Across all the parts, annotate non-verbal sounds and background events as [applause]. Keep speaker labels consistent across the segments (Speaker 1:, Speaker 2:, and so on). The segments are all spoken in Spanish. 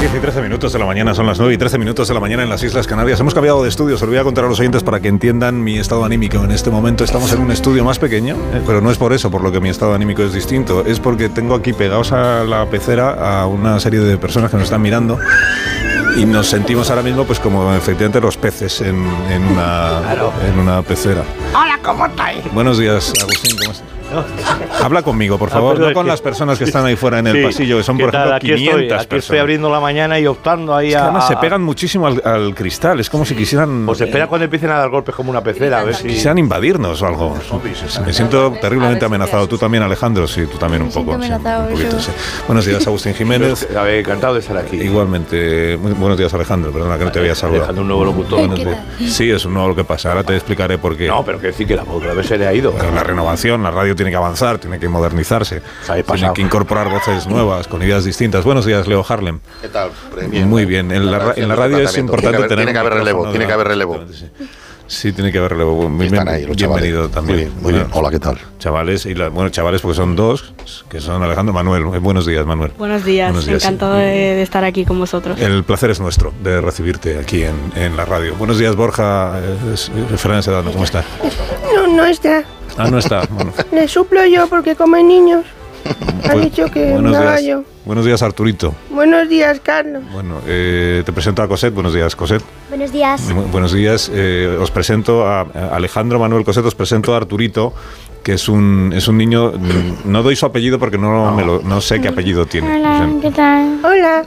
Speaker 1: 10 y 13 minutos de la mañana, son las 9 y 13 minutos de la mañana en las Islas Canarias. Hemos cambiado de estudio, se lo voy a contar a los oyentes para que entiendan mi estado anímico. En este momento estamos en un estudio más pequeño, pero no es por eso por lo que mi estado anímico es distinto, es porque tengo aquí pegados a la pecera a una serie de personas que nos están mirando y nos sentimos ahora mismo pues como efectivamente los peces en, en una,
Speaker 2: Claro.
Speaker 1: en una pecera.
Speaker 2: Hola, ¿cómo estáis?
Speaker 1: Buenos días, Agustín, ¿cómo estás? Habla conmigo,
Speaker 3: Ah,
Speaker 1: por favor, no con las personas que están ahí fuera en el pasillo, que son por ejemplo 500
Speaker 3: estoy, aquí estoy
Speaker 1: personas.
Speaker 3: abriendo la mañana y optando ahí
Speaker 1: Es que
Speaker 3: a.
Speaker 1: además se
Speaker 3: a-
Speaker 1: pegan muchísimo al, al cristal, es como si quisieran, eh,
Speaker 3: Pues espera cuando empiecen a dar golpes como una pecera, a ver si.
Speaker 1: quisieran invadirnos o algo. Me siento terriblemente amenazado. Tú también, Alejandro, sí, tú también un
Speaker 4: Me siento
Speaker 1: poco. sí,
Speaker 4: amenazado
Speaker 1: un poquito,
Speaker 4: yo.
Speaker 1: sí. Buenos días, Agustín Jiménez.
Speaker 3: A ver, encantado de estar aquí.
Speaker 1: Igualmente, muy buenos días, Alejandro. Perdona que no te había
Speaker 3: Dejando
Speaker 1: saludado.
Speaker 3: un nuevo locutor.
Speaker 1: Buenos días.
Speaker 4: [laughs]
Speaker 1: Sí, es un nuevo lo que pasa. Ahora te explicaré por qué.
Speaker 3: No, pero que decir que la otra vez se le ha
Speaker 1: [laughs]
Speaker 3: ido.
Speaker 1: Pero la renovación, la radio tiene que avanzar, tiene que modernizarse,
Speaker 3: Ahí
Speaker 1: tiene
Speaker 3: pasado.
Speaker 1: que incorporar voces nuevas, con ideas distintas. Buenos días, Leo Harlem.
Speaker 5: ¿Qué tal?
Speaker 1: Muy bien, en la, ra- en la radio es importante
Speaker 5: tiene que haber, Tiene que
Speaker 1: tener. un
Speaker 5: haber relevo,
Speaker 1: micrófono
Speaker 5: tiene que haber relevo.
Speaker 1: delante, Sí, Sí, tiene que haber relevo. Bueno, bien-
Speaker 5: Están ahí los chavales.
Speaker 1: bienvenido también.
Speaker 5: Muy bien, muy bien.
Speaker 1: Bueno,
Speaker 5: Hola, ¿qué tal?
Speaker 1: Chavales, y la- bueno, chavales porque son dos, que son Alejandro Manuel. Eh, Buenos días, Manuel.
Speaker 6: Buenos días,
Speaker 1: Buenos días,
Speaker 6: encantado
Speaker 1: sí. Eh,
Speaker 6: de, de estar aquí con vosotros.
Speaker 1: El placer es nuestro de recibirte aquí en, en la radio. Buenos días, Borja eh, es- eh, Fernández Sedano, ¿cómo está?
Speaker 7: No, no está.
Speaker 1: Ah, no está. [laughs] Bueno,
Speaker 7: Le suplo yo porque comen
Speaker 1: [laughs]
Speaker 7: niños. Ha
Speaker 1: pues,
Speaker 7: dicho que
Speaker 1: buenos
Speaker 7: no
Speaker 1: días,
Speaker 7: yo.
Speaker 1: Buenos días, Arturito.
Speaker 7: Buenos días, Carlos.
Speaker 1: Bueno, eh, te presento a Cosette. Buenos días, Cosette.
Speaker 4: Buenos días.
Speaker 1: Bu- Buenos días, eh, os presento a a Alejandro Manuel Coset, os presento a Arturito, que es un, es un niño, mm, no doy su apellido porque no, me lo- no sé qué apellido tiene.
Speaker 4: Hola,
Speaker 1: O sea,
Speaker 4: ¿qué tal?
Speaker 1: [laughs]
Speaker 7: Hola.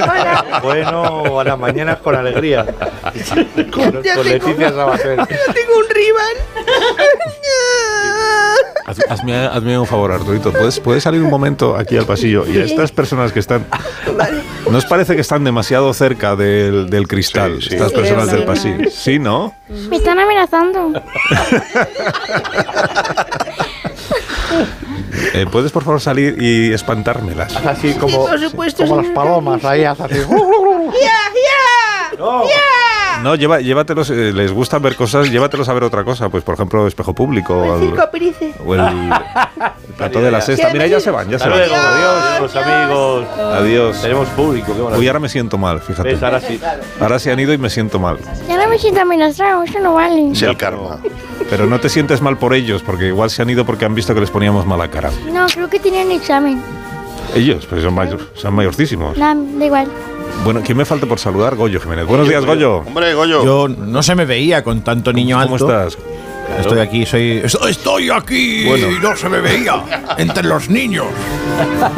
Speaker 7: Hola.
Speaker 3: Bueno, a las mañanas con
Speaker 1: [laughs]
Speaker 3: alegría. con, con
Speaker 7: Ya tengo-
Speaker 3: Leticia Sabater.
Speaker 7: Yo tengo un rival.
Speaker 1: haz- hazme, hazme un favor, Arturito, ¿puedes, puedes salir un momento aquí al pasillo y a estas personas que están... ¿No os parece que están demasiado cerca del, del cristal,
Speaker 5: Sí, sí.
Speaker 1: estas
Speaker 5: Sí,
Speaker 1: personas
Speaker 6: sí.
Speaker 1: del pasillo? Sí, ¿no?
Speaker 4: Me están amenazando.
Speaker 1: Eh, ¿Puedes por favor salir y espantármelas?
Speaker 3: Haz Así como,
Speaker 7: por supuesto,
Speaker 3: como las
Speaker 7: señor.
Speaker 3: palomas, ahí haz
Speaker 1: [laughs]
Speaker 3: así.
Speaker 7: ¡Ya, ya!
Speaker 3: No.
Speaker 4: Ah.
Speaker 1: No, lleva, llévatelos, eh, les gusta ver cosas, llévatelos a ver otra cosa, pues por ejemplo, espejo público.
Speaker 4: Pues
Speaker 1: o
Speaker 7: El
Speaker 1: al-
Speaker 7: circo Pirice.
Speaker 1: O el, el plató de la cesta. Mira, ya se van, ya se
Speaker 3: Hasta
Speaker 1: van.
Speaker 3: luego, adiós, los amigos.
Speaker 1: Adiós.
Speaker 3: Tenemos público, qué
Speaker 1: Uy,
Speaker 3: maravilla.
Speaker 1: ahora me siento mal, fíjate.
Speaker 3: ¿Ves? Ahora sí.
Speaker 1: Ahora se han ido y me siento mal.
Speaker 4: Ya no me siento amenazado, eso no vale.
Speaker 5: Es el karma.
Speaker 1: Pero no te sientes mal por ellos, porque igual se han ido porque han visto que les poníamos mala cara.
Speaker 4: No, creo que tenían examen.
Speaker 1: Ellos, pues son, mayor- son mayorcísimos.
Speaker 4: Nada, da igual.
Speaker 1: Bueno, ¿quién me falta por saludar? Goyo Jiménez. Buenos días, Goyo.
Speaker 5: Hombre, Goyo.
Speaker 8: Yo no se me veía con tanto niño
Speaker 1: ¿Cómo
Speaker 8: alto.
Speaker 1: estás?
Speaker 8: Estoy aquí, soy. est- Estoy aquí.
Speaker 1: Bueno.
Speaker 8: No se me veía entre los niños.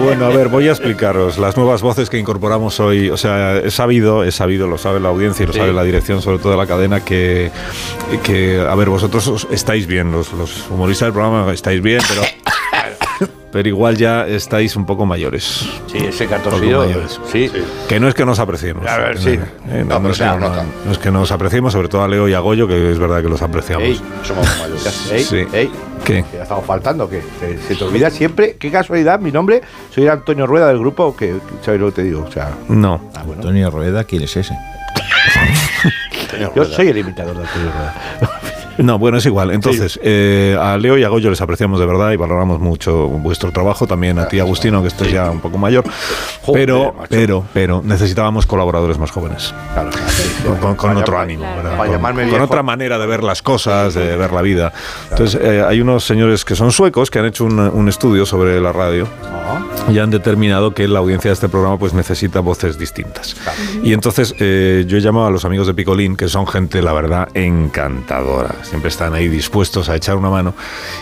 Speaker 1: Bueno, a ver, voy a explicaros las nuevas voces que incorporamos hoy. O sea, he sabido, he sabido, lo sabe la audiencia y lo sabe la dirección, sobre todo de la cadena, que, que a ver, vosotros os- estáis bien, los, los humoristas del programa estáis bien, pero... Pero igual ya estáis un poco mayores.
Speaker 3: Sí, ese cartoncillo.
Speaker 1: Poco mayores.
Speaker 3: Sí.
Speaker 1: Que no es que nos apreciemos.
Speaker 3: A ver,
Speaker 1: Que
Speaker 3: sí.
Speaker 1: no,
Speaker 5: No,
Speaker 1: eh, no, no
Speaker 5: pero
Speaker 1: es que,
Speaker 5: se nos
Speaker 1: no-
Speaker 5: nota.
Speaker 1: no es que nos apreciemos, sobre todo a Leo y a Goyo, que es verdad que los apreciamos.
Speaker 3: Ey,
Speaker 5: Somos mayores.
Speaker 3: ey,
Speaker 1: Sí.
Speaker 3: ey.
Speaker 1: ¿Qué?
Speaker 3: Que ya estamos faltando, que te- se te olvida siempre. Qué casualidad, mi nombre, soy Antonio Rueda del grupo, que sabes lo que te digo. O sea,
Speaker 1: No.
Speaker 3: ah, bueno,
Speaker 8: Antonio Rueda, ¿quién es ese?
Speaker 3: yo soy el imitador de Antonio Rueda.
Speaker 1: No, bueno, es igual. Entonces, eh, a Leo y a Goyo les apreciamos de verdad y valoramos mucho vuestro trabajo. También a ti, Agustino, que estés ya un poco mayor.
Speaker 3: Joder,
Speaker 1: Pero,
Speaker 3: macho.
Speaker 1: pero, pero necesitábamos colaboradores más jóvenes.
Speaker 3: Claro, claro, sí, sí.
Speaker 1: Con, con- con
Speaker 3: Para
Speaker 1: otro
Speaker 3: llamar-
Speaker 1: ánimo,
Speaker 3: para
Speaker 1: ¿verdad? Con-
Speaker 3: llamarme
Speaker 1: con,
Speaker 3: viejo.
Speaker 1: otra manera de ver las cosas, de ver la vida. Entonces, eh, hay unos señores que son suecos que han hecho un, un estudio sobre la radio
Speaker 3: No,
Speaker 1: y han determinado que la audiencia de este programa pues necesita voces distintas. Y entonces eh, yo he llamado a los amigos de Picolín, que son gente, la verdad, encantadora. Siempre están ahí dispuestos a echar una mano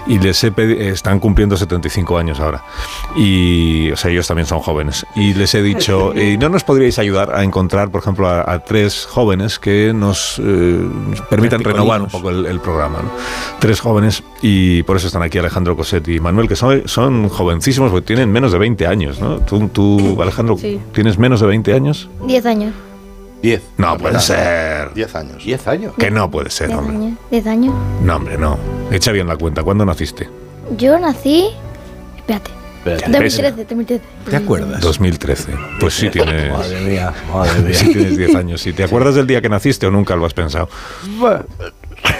Speaker 1: y les he pedi- están cumpliendo 75 años ahora. Y, o sea, ellos también son jóvenes. Y les he dicho, eh, ¿no nos podríais ayudar a encontrar, por ejemplo, a, a tres jóvenes que nos eh, permitan
Speaker 8: Picolinos.
Speaker 1: renovar un poco el, el programa? ¿no? Tres jóvenes y por eso están aquí Alejandro Coset y Manuel, que son, son jovencísimos porque tienen menos de 20 años, ¿no? Tú, tú Alejandro,
Speaker 6: Sí.
Speaker 1: ¿tienes menos de 20 años?
Speaker 4: Diez años.
Speaker 2: Diez.
Speaker 1: No puede ser.
Speaker 2: Diez años.
Speaker 3: ¿Diez años?
Speaker 1: Que no puede ser,
Speaker 4: 10
Speaker 1: hombre.
Speaker 4: años. 10 años.
Speaker 1: No, hombre, no. Echa bien la cuenta. ¿Cuándo naciste?
Speaker 4: Yo nací. Espérate.
Speaker 3: Espérate.
Speaker 4: 2013, 2013.
Speaker 8: ¿Te acuerdas?
Speaker 1: 2013. Pues sí tienes.
Speaker 3: Madre mía, madre mía.
Speaker 1: Sí tienes 10 años. Si te acuerdas del día que naciste o nunca lo has pensado,
Speaker 3: Bueno,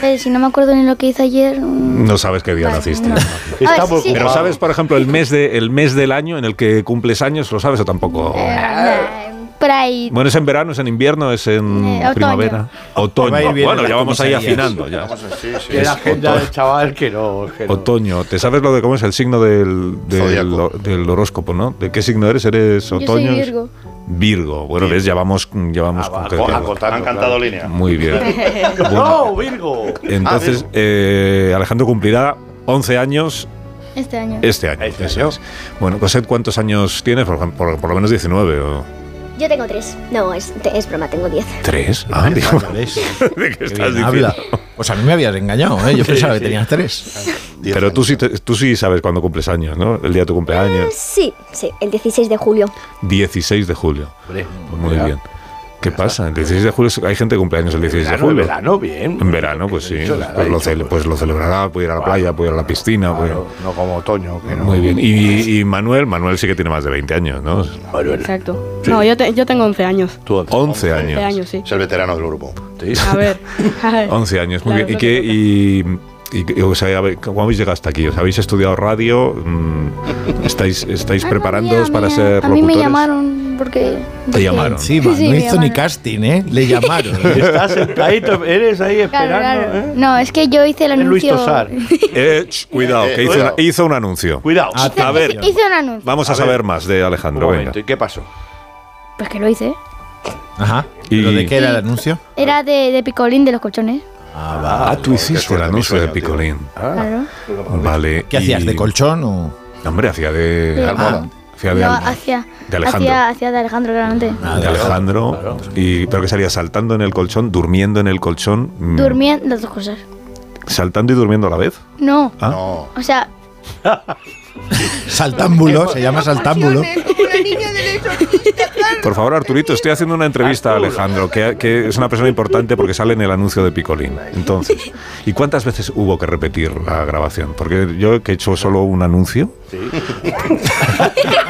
Speaker 4: Eh, si no me acuerdo ni lo que hice ayer. mm,
Speaker 1: no sabes qué día
Speaker 4: vale,
Speaker 1: naciste.
Speaker 4: no.
Speaker 3: [laughs] Estamos-
Speaker 4: Ah, sí, sí.
Speaker 1: Pero sabes, por ejemplo, el mes, de, el mes del año en el que cumples años, ¿lo sabes o tampoco?
Speaker 4: Eh, anda, Por ahí.
Speaker 1: Bueno, es en verano, es en invierno, es en
Speaker 4: Eh, otoño.
Speaker 1: primavera. Otoño.
Speaker 8: Va a ir bien en
Speaker 1: Bueno,
Speaker 8: las
Speaker 1: ya vamos ahí
Speaker 8: comisarías.
Speaker 1: afinando. Ya.
Speaker 2: Sí, sí.
Speaker 3: que la
Speaker 1: Es
Speaker 3: agenda
Speaker 1: otoño.
Speaker 3: del chaval que no. que no.
Speaker 1: Otoño. ¿Te sabes lo de cómo es el signo del, del,
Speaker 2: Zodiaco.
Speaker 1: del horóscopo, no? ¿De qué signo eres? ¿Eres
Speaker 4: soy
Speaker 1: otoño?
Speaker 4: Virgo.
Speaker 1: Virgo. Bueno, ves, ya vamos, ya vamos
Speaker 3: Ah, va,
Speaker 1: concretando.
Speaker 3: va, va.
Speaker 2: Oh, Han cantado línea.
Speaker 4: [laughs]
Speaker 1: Muy bien.
Speaker 8: [laughs] Ah,
Speaker 3: ¡No, Virgo!
Speaker 1: Entonces,
Speaker 2: Ah, Virgo.
Speaker 1: eh, Alejandro cumplirá 11 años
Speaker 4: Este año.
Speaker 1: este año.
Speaker 3: Este
Speaker 1: eso
Speaker 3: año.
Speaker 1: es. Bueno, Cosette, ¿cuántos años tienes? Por, ejemplo, por, por lo menos 19 o
Speaker 5: Yo tengo tres. No, es, te- es broma, tengo diez.
Speaker 1: 3. Ah, digo,
Speaker 8: ¿Ves?
Speaker 1: [laughs] ¿de qué
Speaker 8: Qué
Speaker 1: estás
Speaker 8: bien
Speaker 1: diciendo?
Speaker 8: habla. Pues a mí me habías engañado, ¿eh? Yo pensaba que tenías tres.
Speaker 2: Diez
Speaker 1: Pero tú
Speaker 2: años.
Speaker 1: sí, te- tú sí sabes cuándo cumples años, ¿no? El día de tu cumpleaños,
Speaker 5: Sí, sí, el 16 de julio.
Speaker 1: 16 de julio. Pues
Speaker 3: Hombre,
Speaker 1: Muy bien. ¿Qué pasa? El 16 de julio es- hay gente que cumple años el 16 de
Speaker 3: Verano,
Speaker 1: julio.
Speaker 3: verano, bien.
Speaker 1: En verano, pues sí.
Speaker 3: Eso
Speaker 1: Pues,
Speaker 3: la
Speaker 1: pues
Speaker 3: ha
Speaker 1: lo,
Speaker 3: dicho,
Speaker 1: cele- pues lo celebrará, puede ir a la playa, puede ir a la piscina. puede-
Speaker 3: Claro, pues- no como otoño, que no.
Speaker 1: Muy bien. Y, y Manuel, Manuel sí que tiene más de 20 años, ¿no?
Speaker 3: Manuel,
Speaker 6: Exacto. No, yo, te- yo tengo 11 años.
Speaker 1: 11
Speaker 6: 11
Speaker 1: años.
Speaker 6: años, sí.
Speaker 2: Es el veterano del grupo.
Speaker 3: sí.
Speaker 6: A ver.
Speaker 1: [laughs]
Speaker 6: a ver.
Speaker 1: 11 años, muy
Speaker 6: Claro,
Speaker 1: bien. ¿Y
Speaker 6: no
Speaker 1: qué?
Speaker 6: te toca.
Speaker 1: Y, y qué- o sea, a ver, ¿Cómo habéis llegado hasta aquí? ¿Os habéis estudiado radio? Mm, ¿Estáis, estáis
Speaker 4: Ah, no,
Speaker 1: preparándoos
Speaker 4: mira,
Speaker 1: para
Speaker 4: mira,
Speaker 1: ser
Speaker 4: A mí me
Speaker 1: locutores?
Speaker 4: llamaron porque.
Speaker 1: Te llamaron.
Speaker 8: Encima,
Speaker 4: Sí,
Speaker 8: no
Speaker 4: me
Speaker 8: hizo ni
Speaker 4: llamaron.
Speaker 8: casting, ¿eh? Le llamaron.
Speaker 1: [laughs]
Speaker 3: Estás sentadito, eres ahí
Speaker 4: Claro,
Speaker 3: esperando.
Speaker 4: claro.
Speaker 3: ¿eh?
Speaker 4: No, es que yo hice el
Speaker 3: Es Luis
Speaker 4: anuncio.
Speaker 3: Tosar.
Speaker 1: [laughs] Eh, ch, cuidado, que hizo, una- hizo un anuncio.
Speaker 3: Cuidado.
Speaker 8: Ah,
Speaker 4: Hice-
Speaker 1: A ver.
Speaker 4: [laughs] Hice un anuncio.
Speaker 1: Vamos a,
Speaker 3: eh, A ver.
Speaker 1: saber más de
Speaker 3: un
Speaker 1: Alejandro, venga.
Speaker 3: momento, ¿y qué pasó?
Speaker 4: Pues que lo hice.
Speaker 8: Ajá.
Speaker 1: Y-
Speaker 8: ¿Pero de qué era el anuncio?
Speaker 4: Era de, de picolín de los colchones.
Speaker 1: Ah, tú hiciste el
Speaker 2: cierto, mi
Speaker 1: anuncio
Speaker 2: sueño,
Speaker 1: de
Speaker 2: tío.
Speaker 1: Picolín.
Speaker 4: Claro.
Speaker 1: Vale.
Speaker 8: ¿Qué hacías?
Speaker 1: y-
Speaker 8: ¿De colchón o...?
Speaker 1: Hombre, hacía de...
Speaker 4: De
Speaker 2: almohada.
Speaker 1: hacía de,
Speaker 4: No,
Speaker 1: al-
Speaker 4: hacia,
Speaker 1: de Alejandro. Ah,
Speaker 4: Hacia, hacia Ah, de Alejandro, claramente.
Speaker 1: de Alejandro. Y, pero que salía saltando en el colchón, durmiendo en el colchón. mm,
Speaker 4: Durmiendo las dos cosas.
Speaker 1: Saltando y durmiendo a la vez.
Speaker 4: No.
Speaker 1: Ah.
Speaker 2: No.
Speaker 4: O sea,
Speaker 8: Saltámbulo, se llama saltámbulo.
Speaker 7: Es como una niña del exorcista, claro.
Speaker 1: Por favor, Arturito, estoy haciendo una entrevista a Alejandro, que, que es una persona importante porque sale en el anuncio de Picolín. Entonces, ¿y cuántas veces hubo que repetir la grabación? Porque yo que he hecho solo un anuncio. [laughs]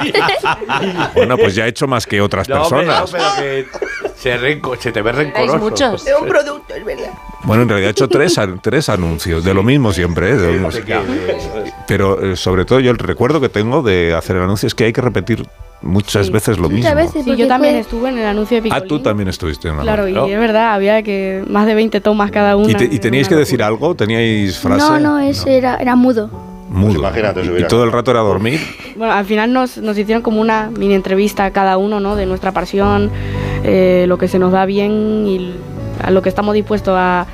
Speaker 1: bueno, pues ya he hecho más que otras
Speaker 3: No, hombre,
Speaker 1: personas.
Speaker 3: no, pero que se, renco- se te ve rencoroso.
Speaker 9: Erais muchos.
Speaker 7: Es un producto, es verdad.
Speaker 1: Bueno, en realidad he hecho tres, an- tres anuncios, de lo mismo siempre, ¿eh? De lo mismo.
Speaker 3: Porque, eh,
Speaker 1: Pero eh, sobre todo yo el recuerdo que tengo de hacer el anuncio es que hay que repetir muchas
Speaker 6: Sí.
Speaker 1: veces lo mismo.
Speaker 4: muchas veces.
Speaker 6: Sí,
Speaker 4: porque
Speaker 6: yo también
Speaker 4: fue-
Speaker 6: estuve en el anuncio de Picolín.
Speaker 1: Ah, tú también estuviste en el
Speaker 6: Claro, y
Speaker 1: anuncio.
Speaker 6: es verdad, había que más de 20 tomas cada una.
Speaker 1: ¿Y, te- y teníais que
Speaker 6: Una
Speaker 1: decir
Speaker 6: locura.
Speaker 1: algo? ¿Teníais frase?
Speaker 4: No, eh. no, eso Era, era mudo.
Speaker 1: Mudo.
Speaker 2: Pues imagínate, se
Speaker 1: y,
Speaker 2: hubiera-
Speaker 1: y todo el rato
Speaker 3: [laughs]
Speaker 1: era dormir.
Speaker 6: Bueno, al final nos, nos hicieron como una mini entrevista a cada uno, ¿no? De nuestra pasión, eh, lo que se nos da bien y l- a lo que estamos dispuestos a,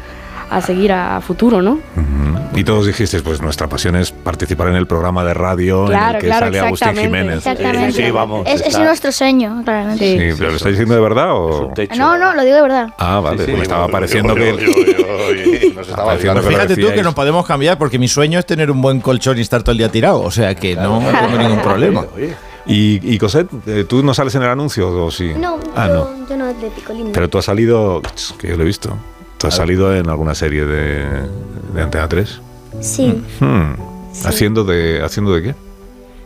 Speaker 6: a seguir a, a futuro, ¿no?
Speaker 1: Mm. Y todos dijisteis, pues nuestra pasión es participar en el programa de radio en el
Speaker 6: Claro,
Speaker 1: que
Speaker 6: claro,
Speaker 1: sale Agustín
Speaker 6: exactamente.
Speaker 1: Jiménez.
Speaker 4: Exactamente.
Speaker 3: sí, vamos,
Speaker 4: Es, es
Speaker 3: está-
Speaker 4: nuestro sueño, claramente.
Speaker 1: Sí, pero ¿lo estáis diciendo de verdad
Speaker 3: es
Speaker 1: o...?
Speaker 3: un techo.
Speaker 4: No, no, lo digo de verdad.
Speaker 1: Ah, vale,
Speaker 3: Sí, sí.
Speaker 1: me estaba
Speaker 2: Oye,
Speaker 1: pareciendo
Speaker 2: oye,
Speaker 1: que...
Speaker 2: oye, oye, oye, Nos estaba
Speaker 1: Apareciendo
Speaker 2: olvidando.
Speaker 1: que-
Speaker 8: Fíjate tú
Speaker 1: decíais.
Speaker 8: que nos podemos cambiar porque mi sueño es tener un buen colchón y estar todo el día tirado. O sea que no tengo ningún problema.
Speaker 3: Oye,
Speaker 1: Y, y Cosette, eh, ¿tú no sales en el anuncio o sí?
Speaker 5: No,
Speaker 1: Ah,
Speaker 5: yo,
Speaker 1: no.
Speaker 5: yo no de picolín. no.
Speaker 1: Pero tú has salido, que yo lo he visto, tú has salido en alguna serie de, de Antena 3.
Speaker 5: Sí.
Speaker 1: Hmm.
Speaker 5: Sí.
Speaker 1: ¿Haciendo, de, ¿Haciendo de qué?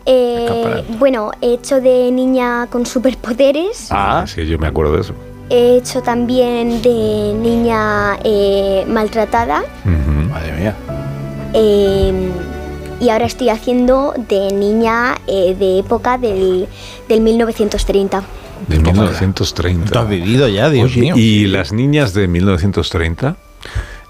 Speaker 5: Eh,
Speaker 1: Escaparate.
Speaker 5: bueno, he hecho de niña con superpoderes.
Speaker 3: Ah,
Speaker 1: Sí, yo me acuerdo de eso.
Speaker 5: He hecho también de niña eh, maltratada.
Speaker 1: Ujú.
Speaker 3: madre mía.
Speaker 5: eh, y ahora estoy haciendo de niña eh, de época del, del 1930.
Speaker 1: De
Speaker 8: Tú has
Speaker 1: 1930.
Speaker 8: vivido ya, Dios
Speaker 1: Oye,
Speaker 8: mío.
Speaker 1: y las niñas de 1930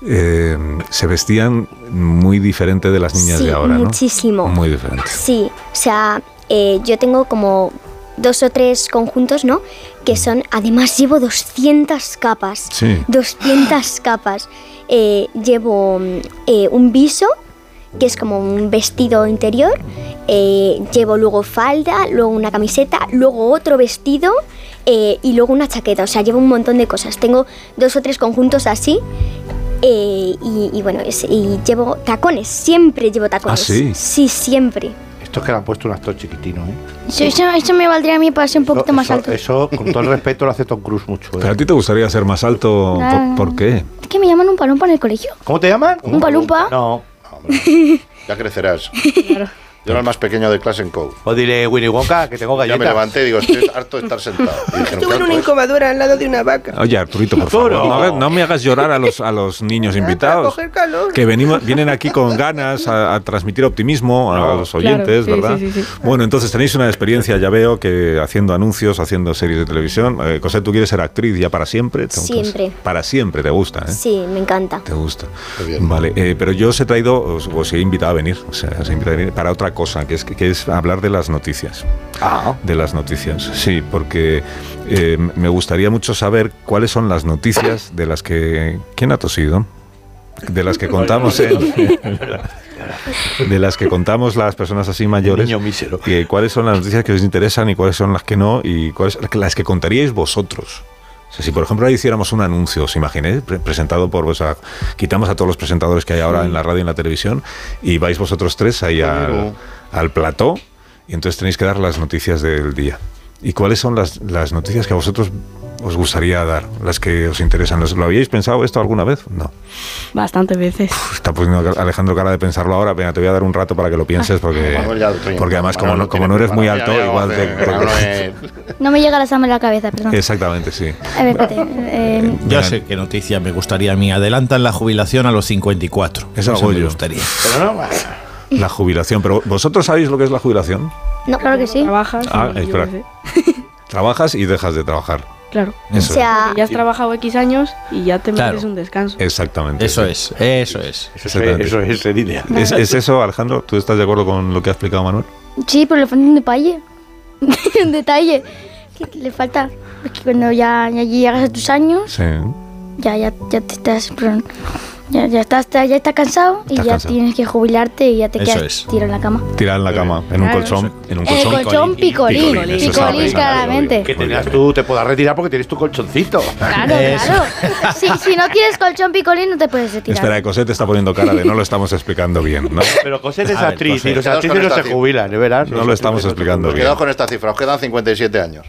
Speaker 1: eh, se vestían muy diferente de las niñas
Speaker 5: Sí,
Speaker 1: de ahora, ¿no?
Speaker 5: muchísimo.
Speaker 1: Muy diferente.
Speaker 5: Sí, o sea, eh, yo tengo como dos o tres conjuntos, ¿no? Que son, además llevo 200 capas.
Speaker 1: Mm. Sí. [gasps]
Speaker 5: 200 capas. Eh, llevo mm, eh, un viso, que es como un vestido interior. eh, llevo luego falda, luego una camiseta, luego otro vestido eh, y luego una chaqueta. O sea, llevo un montón de cosas. Tengo dos o tres conjuntos así. eh, y, y bueno, es- y llevo tacones, siempre llevo tacones.
Speaker 1: ¿Ah, sí.
Speaker 5: Sí, siempre.
Speaker 3: Estos que le han puesto un actor chiquitino, ¿eh?
Speaker 4: Sí, Eso, eso me valdría a mí para ser un poquito
Speaker 3: Eso-
Speaker 4: más
Speaker 3: eso-
Speaker 4: alto.
Speaker 3: Eso, con todo el respeto, lo hace Tom Cruise mucho. ¿eh?
Speaker 1: Pero a ti te gustaría ser más alto. ¿Por-
Speaker 4: Ah.
Speaker 1: ¿Por, qué?
Speaker 4: ¿Es que me llaman un palumpa en el colegio?
Speaker 3: ¿Cómo te llaman?
Speaker 4: ¿Un palumpa?
Speaker 3: No.
Speaker 2: No, hombre. Ya crecerás. Yo era el más pequeño de clase en Code.
Speaker 3: O dile Willy Wonka, que tengo
Speaker 2: Ya
Speaker 3: galletas.
Speaker 2: me levanté y digo, estoy harto de estar sentado. Y dijeron,
Speaker 7: Estuve en
Speaker 2: "Claro,
Speaker 7: una
Speaker 2: pues".
Speaker 7: incubadora al lado de una vaca.
Speaker 1: Oye, Arturito, por favor,
Speaker 3: Arturo.
Speaker 1: no, hagas- no me hagas llorar a los, a los niños
Speaker 7: Para
Speaker 1: invitados.
Speaker 7: coger calor.
Speaker 1: Que venimos, vienen aquí con ganas a, a transmitir optimismo a, a los
Speaker 6: Claro,
Speaker 1: oyentes,
Speaker 6: sí,
Speaker 1: ¿verdad?
Speaker 6: sí, sí, sí.
Speaker 1: Bueno, entonces tenéis una experiencia, ya veo, que haciendo anuncios, haciendo series de televisión. Eh, Cosette, ¿tú quieres ser actriz ya para siempre? ¿Te-
Speaker 5: Siempre.
Speaker 1: Para siempre, ¿te gusta? eh?
Speaker 5: Sí, me encanta.
Speaker 1: Te gusta.
Speaker 2: Qué bien.
Speaker 1: Vale, eh, pero yo os he traído, os, os he invitado a venir, o sea, os he invitado a venir para otra cosa, que es, que es hablar de las noticias.
Speaker 3: Ah,
Speaker 1: De las noticias, sí, porque eh, me gustaría mucho saber cuáles son las noticias de las que... ¿Quién ha tosido? De las que contamos en- de las que contamos las personas así mayores.
Speaker 3: niño mísero.
Speaker 1: que cuáles son las noticias que os interesan y cuáles son las que no y cuáles las que contaríais vosotros. O sea, si por ejemplo ahora hiciéramos un anuncio, ¿os imagináis? Pre- presentado por, o sea, quitamos a todos los presentadores que hay ahora en la radio y en la televisión y vais vosotros tres ahí al,
Speaker 2: Claro.
Speaker 1: al plató y entonces tenéis que dar las noticias del día. ¿Y cuáles son las, las noticias que a vosotros os gustaría dar? Las que os interesan. ¿Los- ¿Lo habíais pensado esto alguna vez? No. Pues
Speaker 6: Bastantes veces.
Speaker 1: Está poniendo Alejandro cara de pensarlo ahora, venga, te voy a dar un rato para que lo pienses porque,
Speaker 2: [laughs] Manuel ya lo tiene.
Speaker 1: porque además como
Speaker 2: Manuel
Speaker 1: no,
Speaker 2: lo
Speaker 1: como
Speaker 2: tiene
Speaker 1: no eres muy alto,
Speaker 2: preparado. Ya, ya,
Speaker 1: igual te...
Speaker 2: hombre, Manuel,
Speaker 4: No me llega la sama en la cabeza, perdón.
Speaker 1: [laughs] Exactamente, sí.
Speaker 4: A ver, espérate. eh,
Speaker 8: Ya
Speaker 1: Mira,
Speaker 8: sé qué noticia me gustaría a mí. Adelantan la jubilación a los 54.
Speaker 1: Es algo
Speaker 8: me
Speaker 1: yo.
Speaker 8: gustaría.
Speaker 3: Pero no,
Speaker 1: La jubilación, pero ¿vosotros sabéis lo que es la jubilación?
Speaker 5: No,
Speaker 4: claro que sí.
Speaker 6: Trabajas.
Speaker 1: Ah,
Speaker 6: y yo
Speaker 1: espera.
Speaker 6: qué sé.
Speaker 1: Trabajas y dejas de trabajar.
Speaker 6: Claro.
Speaker 5: O
Speaker 1: Eso
Speaker 4: Ah.
Speaker 5: sea,
Speaker 6: Ya has trabajado X años y ya te
Speaker 8: Claro.
Speaker 6: mereces un descanso.
Speaker 1: es. Exactamente.
Speaker 8: Eso es, eso
Speaker 4: [laughs]
Speaker 8: es.
Speaker 3: eso, es,
Speaker 1: Exactamente.
Speaker 3: eso es ser idea.
Speaker 1: ¿Es, es eso, Alejandro? ¿Tú estás de acuerdo con lo que ha explicado Manuel?
Speaker 4: Sí, pero le falta un detalle. [laughs] un detalle. que Le falta. Es que cuando ya, ya llegas a tus años,
Speaker 1: Sí.
Speaker 4: ya, ya, ya te estás. perdón, ya, ya estás, ya estás cansado y
Speaker 1: Estás
Speaker 4: ya
Speaker 1: cansado.
Speaker 4: tienes que jubilarte y ya te
Speaker 8: Eso
Speaker 4: quedas
Speaker 8: es.
Speaker 4: tirado en la cama.
Speaker 1: Tirar en la cama, en un
Speaker 6: Claro,
Speaker 1: colchón. En un
Speaker 4: En el
Speaker 1: colchón.
Speaker 4: colchón picolín. Picolín,
Speaker 1: Picolín, eso es algo,
Speaker 4: claramente.
Speaker 3: Que
Speaker 1: Muy
Speaker 3: tenías
Speaker 1: bien.
Speaker 3: tú, te podrás retirar porque tienes tu colchoncito. Eh,
Speaker 4: Claro, [laughs]
Speaker 8: Eso.
Speaker 4: claro. Si, si no tienes colchón picolín, no te puedes retirar.
Speaker 1: Espera, que Cosette está poniendo cara de no lo estamos explicando bien, ¿no?
Speaker 3: Pero Cosette es
Speaker 8: A ver,
Speaker 3: actriz
Speaker 8: Cosette.
Speaker 3: y los
Speaker 2: Quedaos
Speaker 3: actrices
Speaker 2: con
Speaker 3: no
Speaker 2: esta
Speaker 3: se
Speaker 2: cifra.
Speaker 3: jubilan, de verdad.
Speaker 1: No lo estamos explicando
Speaker 2: Pues
Speaker 1: bien.
Speaker 2: quedaos con esta cifra, os quedan 57 años.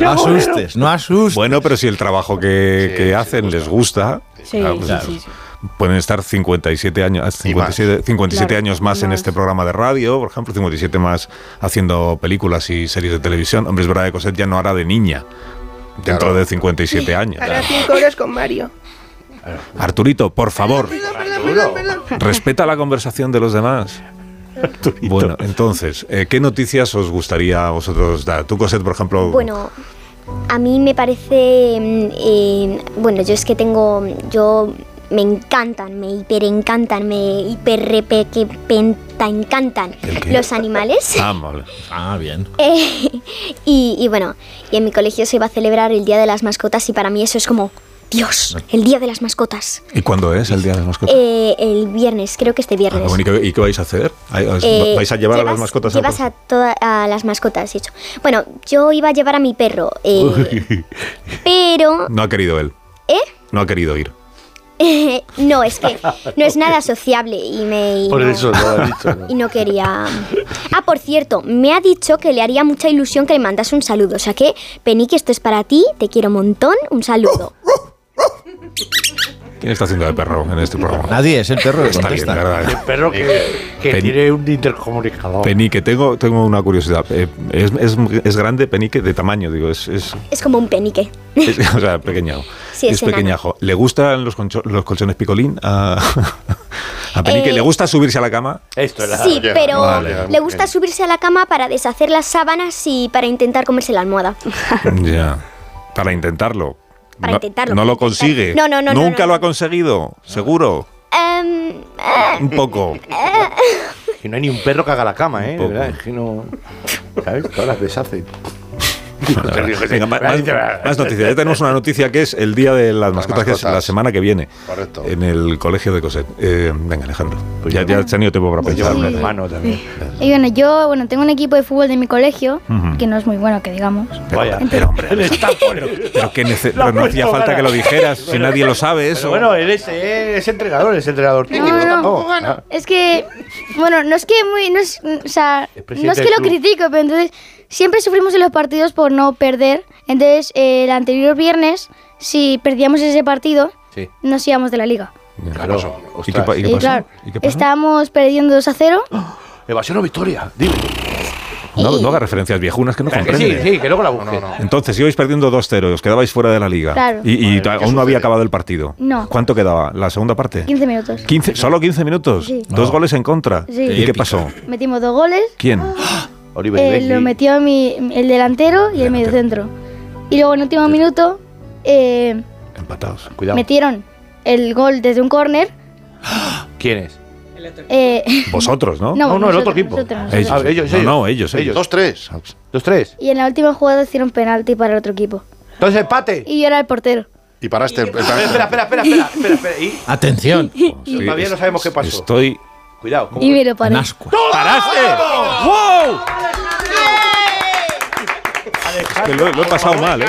Speaker 8: No asustes, no asustes.
Speaker 1: Bueno, pero si el trabajo que,
Speaker 2: Sí,
Speaker 1: que
Speaker 2: sí,
Speaker 1: hacen
Speaker 2: gusta.
Speaker 1: les gusta,
Speaker 6: Sí,
Speaker 1: claro, pues
Speaker 6: sí, sí, sí.
Speaker 1: pueden estar 57 años 57, 57
Speaker 6: Claro,
Speaker 1: años más en
Speaker 6: más.
Speaker 1: este programa de radio, por ejemplo, 57 más haciendo películas y series de televisión. Hombre, es verdad que Cosette ya no hará de niña dentro
Speaker 2: Claro.
Speaker 1: de 57 años.
Speaker 7: Hará cinco horas con Mario.
Speaker 1: Ah, Arturito, por favor,
Speaker 7: Perdón, perdón, perdón, perdón.
Speaker 1: respeta la conversación de los demás. Bueno, entonces, eh, ¿qué noticias os gustaría a vosotros dar? Tú, Cosette, por ejemplo,
Speaker 5: Bueno, a mí me parece, mm, eh, bueno, yo es que tengo, yo me encantan, me hiperencantan, me hiperrepenta encantan
Speaker 1: ¿El qué?
Speaker 5: los animales.
Speaker 1: Ah, vale.
Speaker 8: Ah, bien.
Speaker 5: Eh, y, y bueno, y en mi colegio se iba a celebrar el Día de las Mascotas y para mí eso es como, Dios, el Día de las Mascotas.
Speaker 1: ¿Y cuándo es el Día de las Mascotas?
Speaker 5: Eh, el viernes, creo que este
Speaker 1: Ah,
Speaker 5: viernes.
Speaker 1: bueno, ¿y, qué, y qué vais a hacer? ¿Vais
Speaker 5: Eh,
Speaker 1: vais a llevar a las
Speaker 5: llevas-
Speaker 1: mascotas
Speaker 5: Llevas
Speaker 1: a...
Speaker 5: a, todas a las mascotas, de hecho. Bueno, yo iba a llevar a mi perro, eh, pero
Speaker 1: [laughs] No ha querido él.
Speaker 5: ¿Eh?
Speaker 1: No ha querido ir.
Speaker 5: [laughs] no, es que no es nada sociable y me... y
Speaker 3: Por
Speaker 5: no,
Speaker 3: eso lo he dicho. [laughs] ¿no?
Speaker 5: Y no quería... Ah, por cierto, me ha dicho que le haría mucha ilusión que le mandas un saludo. O sea que, Penique, esto es para ti, te quiero un montón, un saludo.
Speaker 1: ¿Quién está haciendo de perro en este programa?
Speaker 8: Nadie es el perro que
Speaker 1: Está bien, la
Speaker 8: contesta.
Speaker 1: verdad.
Speaker 3: Perro que, que
Speaker 1: Pen-
Speaker 3: tiene un intercomunicador.
Speaker 1: Penique, tengo, tengo una curiosidad. Eh, ¿Es, es, es grande Penique de tamaño? Digo, es, es-
Speaker 5: Es como un Penique.
Speaker 1: es- [laughs] o sea, pequeñajo.
Speaker 5: Sí, es enano.
Speaker 1: pequeñajo. ¿Le gustan los, concho- los colchones picolín a, [laughs] a Penique?
Speaker 5: Eh,
Speaker 1: ¿Le gusta subirse a
Speaker 5: [laughs]
Speaker 1: la cama?
Speaker 3: Esto era.
Speaker 5: Sí,
Speaker 2: ya,
Speaker 5: pero
Speaker 2: vale.
Speaker 5: le gusta subirse a la cama para deshacer las sábanas y para intentar comerse la almohada.
Speaker 1: ya. Para intentarlo.
Speaker 5: Para
Speaker 1: No-
Speaker 5: intentarlo,
Speaker 1: No
Speaker 5: para
Speaker 1: lo
Speaker 5: intentar-
Speaker 1: consigue.
Speaker 5: No, no, no, no,
Speaker 1: Nunca
Speaker 5: no.
Speaker 1: lo ha conseguido, seguro.
Speaker 5: Em, eh,
Speaker 1: Un poco.
Speaker 3: Que no hay ni un perro que haga la cama, ¿eh?
Speaker 1: poco.
Speaker 3: De verdad, es que no. ¿Sabes? Todas las deshacen.
Speaker 1: Venga, ma- más, más noticias. Ya tenemos una noticia que es el día de las mascotas, que es la
Speaker 2: mascotas.
Speaker 1: semana que viene.
Speaker 2: Correcto.
Speaker 1: En el colegio de Coset. Eh, venga, Alejandro.
Speaker 3: Pues
Speaker 1: ya,
Speaker 3: yo-
Speaker 1: ya has tenido tiempo para
Speaker 3: Pues llevar
Speaker 1: pensar.
Speaker 3: un
Speaker 4: Sí.
Speaker 3: hermano también. [laughs]
Speaker 4: Y bueno, yo bueno, tengo un equipo de fútbol de mi colegio,
Speaker 1: Ujú.
Speaker 4: que no es muy bueno, que digamos.
Speaker 1: Pero,
Speaker 3: Vaya.
Speaker 1: pero, hombre,
Speaker 3: El Stanford.
Speaker 1: pero que nece-
Speaker 3: Lo ha
Speaker 1: pero no hacía
Speaker 3: puesto
Speaker 1: falta
Speaker 3: cara.
Speaker 1: que lo dijeras, si nadie lo sabe
Speaker 3: Pero
Speaker 1: eso.
Speaker 3: bueno, eh, él es, él es entrenador, es entrenador técnico.
Speaker 4: no, no.
Speaker 3: tampoco. Ah,
Speaker 4: Es que, bueno, no es que muy, no es, o sea,
Speaker 3: Es presidente
Speaker 4: no es que
Speaker 3: del
Speaker 4: lo
Speaker 3: club.
Speaker 4: critico, pero entonces siempre sufrimos en los partidos por no perder. Entonces, eh, el anterior viernes, si perdíamos ese partido,
Speaker 3: Sí.
Speaker 4: nos íbamos de la liga.
Speaker 1: Ya.
Speaker 3: Claro.
Speaker 1: ¿Y qué, pa- y qué
Speaker 4: Y
Speaker 1: pasó?
Speaker 4: claro,
Speaker 1: ¿Y qué pasó?
Speaker 4: estábamos perdiendo 2 a 0.
Speaker 3: Evasión o victoria. Dime.
Speaker 1: No, no hagas referencias viejunas que no
Speaker 3: Que sí,
Speaker 1: comprenden.
Speaker 3: sí, que luego la busque.
Speaker 2: No, no, no.
Speaker 1: Entonces ibais perdiendo 2-0 y os quedabais fuera de la liga.
Speaker 4: Claro.
Speaker 1: Y, y
Speaker 2: Madre, ¿qué
Speaker 1: aún no
Speaker 2: sucede?
Speaker 1: había acabado el partido.
Speaker 4: No.
Speaker 1: ¿Cuánto quedaba? ¿La segunda parte?
Speaker 4: 15 minutos.
Speaker 1: 15, ¿Solo 15 minutos?
Speaker 4: Sí.
Speaker 1: ¿Dos goles en contra?
Speaker 4: Sí.
Speaker 1: ¿Y qué
Speaker 8: Épico.
Speaker 1: pasó?
Speaker 4: Metimos dos goles.
Speaker 1: ¿Quién?
Speaker 3: Oliver
Speaker 4: eh,
Speaker 3: Benji.
Speaker 4: lo metió mi, el delantero y el mediocentro. Y luego en último minuto eh,
Speaker 1: Empatados.
Speaker 3: Cuidado.
Speaker 4: metieron el gol desde un córner.
Speaker 3: ¿Quién es?
Speaker 4: eh,
Speaker 1: Vosotros, ¿no?
Speaker 4: [laughs] no,
Speaker 3: No, no, el otro
Speaker 4: nosotros,
Speaker 3: equipo.
Speaker 4: nosotros,
Speaker 3: Ah,
Speaker 4: nosotros.
Speaker 1: Ellos.
Speaker 3: Ah, ellos,
Speaker 1: no,
Speaker 3: ellos.
Speaker 1: no, ellos, ellos.
Speaker 2: Dos, tres.
Speaker 3: Los tres.
Speaker 4: Y en la última jugada hicieron penalti para el otro equipo.
Speaker 3: Entonces empate.
Speaker 4: Y yo era el portero.
Speaker 2: Y paraste el. este. el-
Speaker 3: Espera, espera, espera, espera, espera, espera. Y
Speaker 8: Atención.
Speaker 1: Sí,
Speaker 3: todavía no
Speaker 1: es-
Speaker 3: sabemos qué pasó.
Speaker 1: Estoy.
Speaker 3: cuidado. ¿cómo
Speaker 4: Y me lo
Speaker 8: En
Speaker 4: paré.
Speaker 8: ascua.
Speaker 1: ¡Paraste! ¡Wow! Es que lo, lo he pasado mal, ¿eh?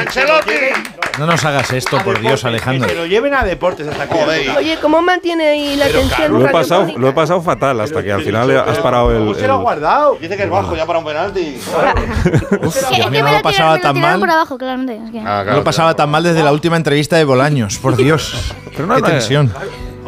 Speaker 8: No nos hagas esto, por Dios,
Speaker 3: [laughs]
Speaker 8: Alejandro.
Speaker 3: Que lo lleven a deportes hasta que.
Speaker 2: Joder.
Speaker 7: Oye, ¿cómo mantiene ahí la atención?
Speaker 1: Lo he, pasado,
Speaker 7: radiofónica?
Speaker 1: lo he pasado fatal hasta que al final has parado
Speaker 3: ¿Cómo
Speaker 1: el.
Speaker 3: se lo ha
Speaker 1: el-
Speaker 3: guardado?
Speaker 2: Dice que es bajo ya para un penalti.
Speaker 8: Uf,
Speaker 4: Es que
Speaker 8: yo
Speaker 4: me
Speaker 8: no lo
Speaker 4: tiraron- me
Speaker 8: pasaba
Speaker 4: lo
Speaker 8: tan
Speaker 4: tiraron
Speaker 8: mal.
Speaker 4: por abajo, claramente. es que-
Speaker 2: Ah,
Speaker 8: No lo pasaba tan mal desde la última entrevista de Bolaños, por Dios.
Speaker 4: [laughs]
Speaker 1: Pero no,
Speaker 8: Qué
Speaker 1: no, eh.
Speaker 8: tensión.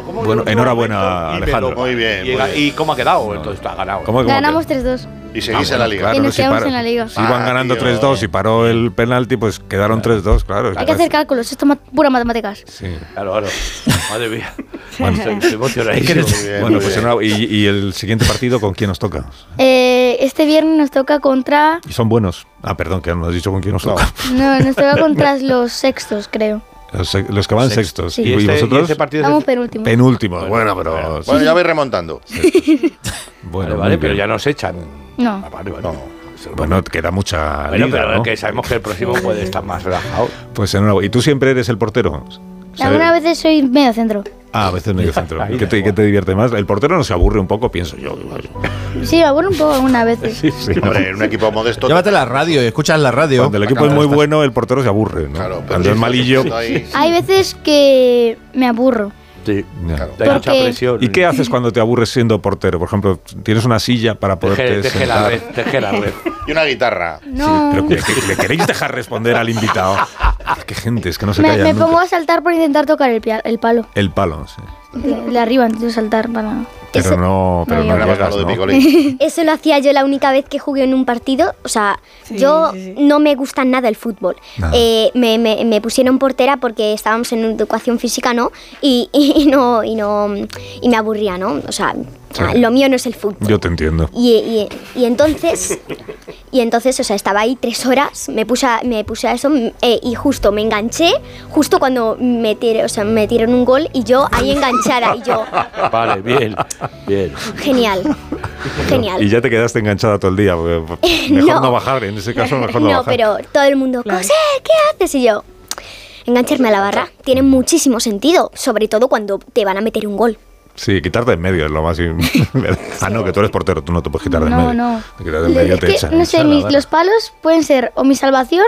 Speaker 3: ¿Cómo
Speaker 1: Bueno,
Speaker 3: lo-
Speaker 1: enhorabuena,
Speaker 3: Y me lo-
Speaker 1: Alejandro.
Speaker 2: Muy bien,
Speaker 3: Y,
Speaker 2: muy bien.
Speaker 3: y cómo ha quedado? Entonces tú has ganado.
Speaker 1: ¿Cómo- cómo que-
Speaker 4: Ganamos 3-2.
Speaker 2: Y
Speaker 1: Ah,
Speaker 2: seguís en la liga.
Speaker 4: Y nos
Speaker 1: si
Speaker 4: quedamos
Speaker 1: para-
Speaker 4: en la liga.
Speaker 1: Si iban
Speaker 2: Ah,
Speaker 1: ganando
Speaker 2: tío.
Speaker 1: 3-2 y paró el penalti, pues quedaron 3-2, claro.
Speaker 4: Hay que hacer cálculos, esto es ma- pura matemáticas.
Speaker 1: Sí.
Speaker 3: Claro,
Speaker 1: [laughs]
Speaker 3: claro. Madre mía.
Speaker 1: Bueno,
Speaker 3: Estoy estoy emocionadísimo.
Speaker 2: Muy bien,
Speaker 1: Bueno,
Speaker 2: muy
Speaker 1: pues
Speaker 2: bien.
Speaker 1: enhorabu- y, y el siguiente partido con quién nos toca.
Speaker 4: Eh, este viernes nos toca contra.
Speaker 1: Y son buenos. Ah, perdón, que no has dicho con quién nos toca. [laughs]
Speaker 4: No, nos toca contra los sextos, creo.
Speaker 1: Los, se- los que van sextos.
Speaker 4: Sí.
Speaker 1: Y,
Speaker 3: ¿Y este, y
Speaker 1: vosotros
Speaker 3: este partido es
Speaker 4: Vamos
Speaker 3: el-
Speaker 4: penúltimo.
Speaker 1: penúltimos. Bueno, pero.
Speaker 2: Bueno, ya vais remontando.
Speaker 3: Vale,
Speaker 1: Bueno, muy
Speaker 3: vale, pero ya
Speaker 1: bien.
Speaker 3: nos echan. Ah,
Speaker 4: no.
Speaker 3: Vale, vale. Eso-
Speaker 1: Bueno, queda mucha
Speaker 3: Bueno,
Speaker 1: liga,
Speaker 3: pero
Speaker 1: ¿no?
Speaker 3: que sabemos que el próximo puede estar más relajado.
Speaker 1: Pues enhorabuena. ¿Y tú siempre eres el portero?
Speaker 4: Algunas veces soy medio centro.
Speaker 1: Ah, a
Speaker 3: [laughs]
Speaker 1: veces medio centro.
Speaker 3: Ahí
Speaker 1: ¿Qué te,
Speaker 3: da
Speaker 1: qué te divierte más? El portero no se aburre un poco,
Speaker 3: [laughs]
Speaker 1: pienso yo.
Speaker 4: Sí, me aburro un poco algunas veces.
Speaker 1: Sí.
Speaker 2: Hombre, en un equipo modesto.
Speaker 8: Llévate la radio y escuchas la radio.
Speaker 1: Cuando el equipo es muy bueno, el portero se aburre. ¿no?
Speaker 2: Claro, pero
Speaker 1: Cuando es
Speaker 2: sí,
Speaker 1: malillo.
Speaker 2: está ahí.
Speaker 4: Hay veces que me aburro.
Speaker 3: Sí.
Speaker 1: Ya.
Speaker 2: Claro.
Speaker 3: Hay mucha
Speaker 4: Porque-
Speaker 3: presión.
Speaker 1: ¿Y qué haces cuando te aburres siendo portero? Por ejemplo, tienes una silla para
Speaker 3: Teje,
Speaker 1: poderte
Speaker 3: teje la
Speaker 1: sentar.
Speaker 3: red, teje la [laughs] red.
Speaker 2: Y una guitarra.
Speaker 4: No.
Speaker 1: Pero que- que- le queréis dejar responder al invitado. Qué gente, es que no se
Speaker 4: me
Speaker 1: calla
Speaker 4: me
Speaker 1: nunca.
Speaker 4: pongo a saltar por intentar tocar el, pia- el palo.
Speaker 1: El palo, sí.
Speaker 4: De, de arriba, intento saltar para.
Speaker 1: Pero
Speaker 5: Eso-
Speaker 1: no, pero
Speaker 4: no
Speaker 1: no,
Speaker 2: Era más
Speaker 1: llegas,
Speaker 2: malo de
Speaker 1: ¿no?
Speaker 2: Picolín.
Speaker 5: Eso lo hacía yo la única vez que jugué en un partido. O sea,
Speaker 6: Sí,
Speaker 5: yo
Speaker 6: sí, sí.
Speaker 5: no me gusta nada el fútbol.
Speaker 1: Nada.
Speaker 5: Eh, me, me- me pusieron portera porque estábamos en educación física, ¿no? Y, [laughs] y no, y no, y me aburría, ¿no? O sea,
Speaker 1: Sí.
Speaker 5: lo mío no es el fútbol.
Speaker 1: Yo te entiendo.
Speaker 5: Y, y- y entonces, y entonces, o sea, estaba ahí tres horas, me puse a, me puse a eso mm, eh, y justo me enganché, justo cuando me tiré- o sea, me metieron un gol y yo ahí enganchada y yo,
Speaker 3: Vale, bien, bien.
Speaker 5: genial, genial.
Speaker 1: Y ya te quedaste enganchada todo el día. porque Mejor no,
Speaker 5: No.
Speaker 1: bajar, en ese caso mejor no,
Speaker 5: No,
Speaker 1: bajar.
Speaker 5: pero todo el mundo,
Speaker 6: Claro.
Speaker 5: "Cosé, ¿qué haces? Y yo, engancharme a la barra tiene muchísimo sentido, sobre todo cuando te van a meter un gol.
Speaker 1: Sí, quitarte en medio es lo
Speaker 4: [laughs]
Speaker 1: más... im- ah, no, que tú eres portero, tú no te puedes quitar de en
Speaker 4: No,
Speaker 1: medio.
Speaker 4: no.
Speaker 1: Te quitas de en medio,
Speaker 4: Es
Speaker 1: te
Speaker 4: que,
Speaker 1: echan.
Speaker 4: no sé, mis- los palos pueden ser o mi salvación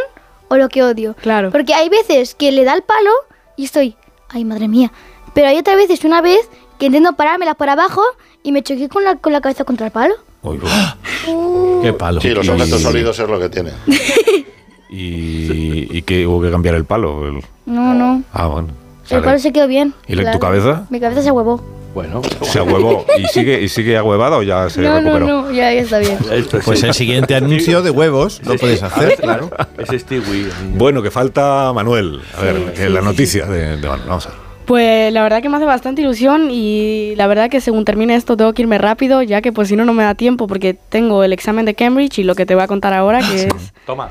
Speaker 4: o lo que odio.
Speaker 6: Claro.
Speaker 4: Porque hay veces que le da el palo y estoy, ay madre mía. Pero hay otras veces, una vez, que intento parármelas por abajo y me choqué con la, con la cabeza contra el palo.
Speaker 1: Uy, uy.
Speaker 8: Qué palo.
Speaker 2: Sí, los
Speaker 8: Y-
Speaker 2: objetos sólidos es lo que tiene.
Speaker 1: ¿Y, y que hubo que cambiar el palo? El-
Speaker 4: No, no.
Speaker 1: Ah, bueno.
Speaker 4: El
Speaker 1: Sale.
Speaker 4: palo se quedó bien.
Speaker 1: ¿Y la- tu cabeza? Pues
Speaker 4: Mi cabeza se huevó.
Speaker 3: Bueno,
Speaker 1: [laughs]
Speaker 4: [laughs]
Speaker 1: Se ahuevó. ¿Y sigue, ¿Y sigue ahuevada o ya se
Speaker 4: no, no,
Speaker 1: recuperó?
Speaker 4: no, ya, ya está
Speaker 1: [laughs]
Speaker 4: bien.
Speaker 3: esto
Speaker 8: Pues el siguiente anuncio de huevos lo puedes hacer,
Speaker 1: [laughs]
Speaker 8: claro.
Speaker 3: es Stewie.
Speaker 1: Bueno, que falta Manuel. A ver, que la noticia de, de Manuel. Vamos a ver.
Speaker 6: Pues la verdad que me hace bastante ilusión y la verdad que según termine esto tengo que irme rápido, ya que pues si no, no me da tiempo porque tengo el examen de Cambridge y lo que te voy a contar ahora, que es
Speaker 3: Toma.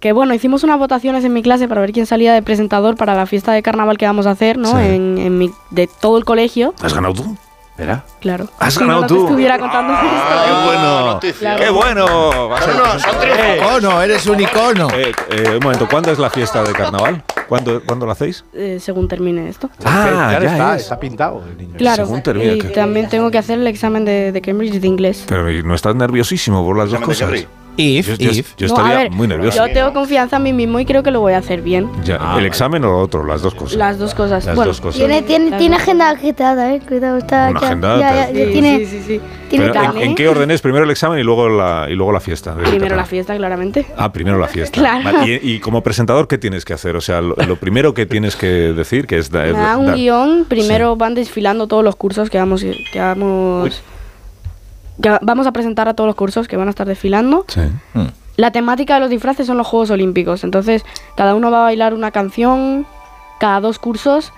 Speaker 6: que bueno, hicimos unas votaciones en mi clase para ver quién salía de presentador para la fiesta de carnaval que vamos a hacer, ¿no?
Speaker 1: Sí.
Speaker 6: En, en mi, de todo el colegio.
Speaker 1: ¿Has ganado tú?
Speaker 3: ¿Verdad?
Speaker 6: Claro.
Speaker 1: Has
Speaker 6: Si no,
Speaker 1: ganado
Speaker 6: no
Speaker 1: tú.
Speaker 6: te estuviera contando
Speaker 2: Ah,
Speaker 1: ¡Qué
Speaker 6: esto.
Speaker 1: bueno!
Speaker 2: noticia.
Speaker 1: ¡Qué bueno! Vas a-
Speaker 2: Pero no, son triunfos.
Speaker 8: Icono, eres un icono.
Speaker 1: Eh, eh, un momento, ¿cuándo es la fiesta de carnaval? ¿Cuándo, ¿cuándo la hacéis?
Speaker 6: Eh, según termine esto.
Speaker 1: Ah,
Speaker 3: Claro,
Speaker 1: ya
Speaker 3: está,
Speaker 1: es.
Speaker 3: está pintado el niño.
Speaker 6: Claro.
Speaker 1: Según termine,
Speaker 6: y
Speaker 1: ¿qué?
Speaker 6: también tengo que hacer el examen de, de Cambridge de inglés.
Speaker 1: Pero ¿y no estás nerviosísimo por las dos
Speaker 2: Examen de
Speaker 1: cosas.
Speaker 2: Jeffrey.
Speaker 8: If,
Speaker 1: Yo, yo-
Speaker 8: if.
Speaker 1: yo
Speaker 6: No, a
Speaker 1: estaría
Speaker 6: ver,
Speaker 1: muy nervioso.
Speaker 6: Yo tengo confianza en mí mismo y creo que lo voy a hacer bien.
Speaker 1: Ya,
Speaker 8: Ah,
Speaker 1: ¿El
Speaker 8: vale.
Speaker 1: examen o lo otro? Las dos cosas.
Speaker 6: Las dos cosas.
Speaker 1: Las
Speaker 6: Bueno,
Speaker 1: dos cosas.
Speaker 4: Tiene, tiene,
Speaker 6: Claro.
Speaker 4: tiene agenda agitada, eh. Cuidado, está.
Speaker 1: Una
Speaker 4: ya-
Speaker 1: agenda
Speaker 4: ya- ya-
Speaker 1: agitada.
Speaker 4: ya
Speaker 6: sí,
Speaker 4: tiene
Speaker 6: sí, sí, sí.
Speaker 4: tiene
Speaker 1: Pero, ¿en,
Speaker 4: plan,
Speaker 1: en
Speaker 4: ¿eh?
Speaker 1: qué orden es? Primero el examen y luego la, y luego la fiesta. de
Speaker 6: Primero
Speaker 1: Cataluña.
Speaker 6: la fiesta, claramente.
Speaker 1: Ah, primero la fiesta.
Speaker 6: Claro.
Speaker 1: Vale, Y, y como presentador, ¿qué tienes que hacer? O sea, lo, lo primero que tienes que decir, que es... da-
Speaker 6: Me dan un
Speaker 1: dar-
Speaker 6: guión, primero van desfilando todos los cursos que vamos, que vamos, que vamos a presentar a todos los cursos que van a estar desfilando.
Speaker 1: Sí.
Speaker 8: Mm.
Speaker 6: La temática de los disfraces son los Juegos Olímpicos, entonces cada uno va a bailar una canción, cada dos cursos,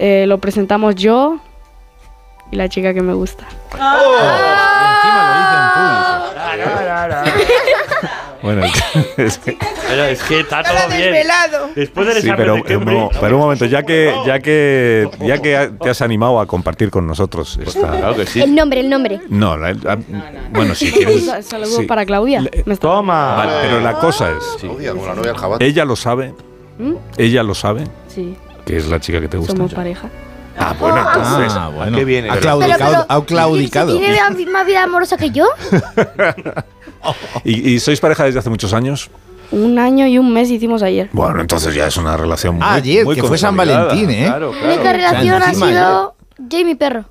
Speaker 6: eh, lo presentamos yo y la chica que me gusta. [laughs]
Speaker 1: Bueno, es que-
Speaker 9: Pero es que está todo
Speaker 7: Nada
Speaker 9: bien.
Speaker 7: desvelado.
Speaker 9: Después del
Speaker 1: sí,
Speaker 9: examen
Speaker 1: pero,
Speaker 9: de
Speaker 1: eh,
Speaker 9: Cambridge,
Speaker 1: no, pero un momento, ya que, ya, que, ya que ha- te has animado a compartir con nosotros esta...
Speaker 3: Claro que sí.
Speaker 4: El nombre, el nombre.
Speaker 1: No, la- la-
Speaker 6: [laughs]
Speaker 1: bueno, si quieres...
Speaker 6: Sa- Saludos
Speaker 1: sí.
Speaker 6: para Claudia. Me está-
Speaker 3: Toma.
Speaker 1: Vale, pero la cosa es...
Speaker 2: Odia, como la novia del jabat.
Speaker 1: Ella lo sabe,
Speaker 6: ¿Mm?
Speaker 1: ella lo sabe,
Speaker 6: Sí,
Speaker 1: que es la chica que te gusta.
Speaker 6: somos pareja.
Speaker 1: Ah, bueno, entonces...
Speaker 8: Ah, bueno.
Speaker 3: qué viene?
Speaker 8: Ha
Speaker 3: Pero-
Speaker 8: claudicado.
Speaker 4: Pero-
Speaker 8: ha claudicado.
Speaker 4: ¿Tiene más, más vida amorosa que
Speaker 8: [laughs]
Speaker 4: yo?
Speaker 1: ¿Y, y sois pareja desde hace muchos años?
Speaker 6: Un año y un mes hicimos ayer.
Speaker 1: Bueno, entonces ya es una relación muy...
Speaker 8: Ah, ayer,
Speaker 1: muy
Speaker 8: que fue San
Speaker 1: consolidada.
Speaker 8: Valentín, ¿eh?
Speaker 3: Claro,
Speaker 4: La única
Speaker 3: claro.
Speaker 4: relación ha
Speaker 8: encima, ¿eh?
Speaker 4: sido yo y mi perro.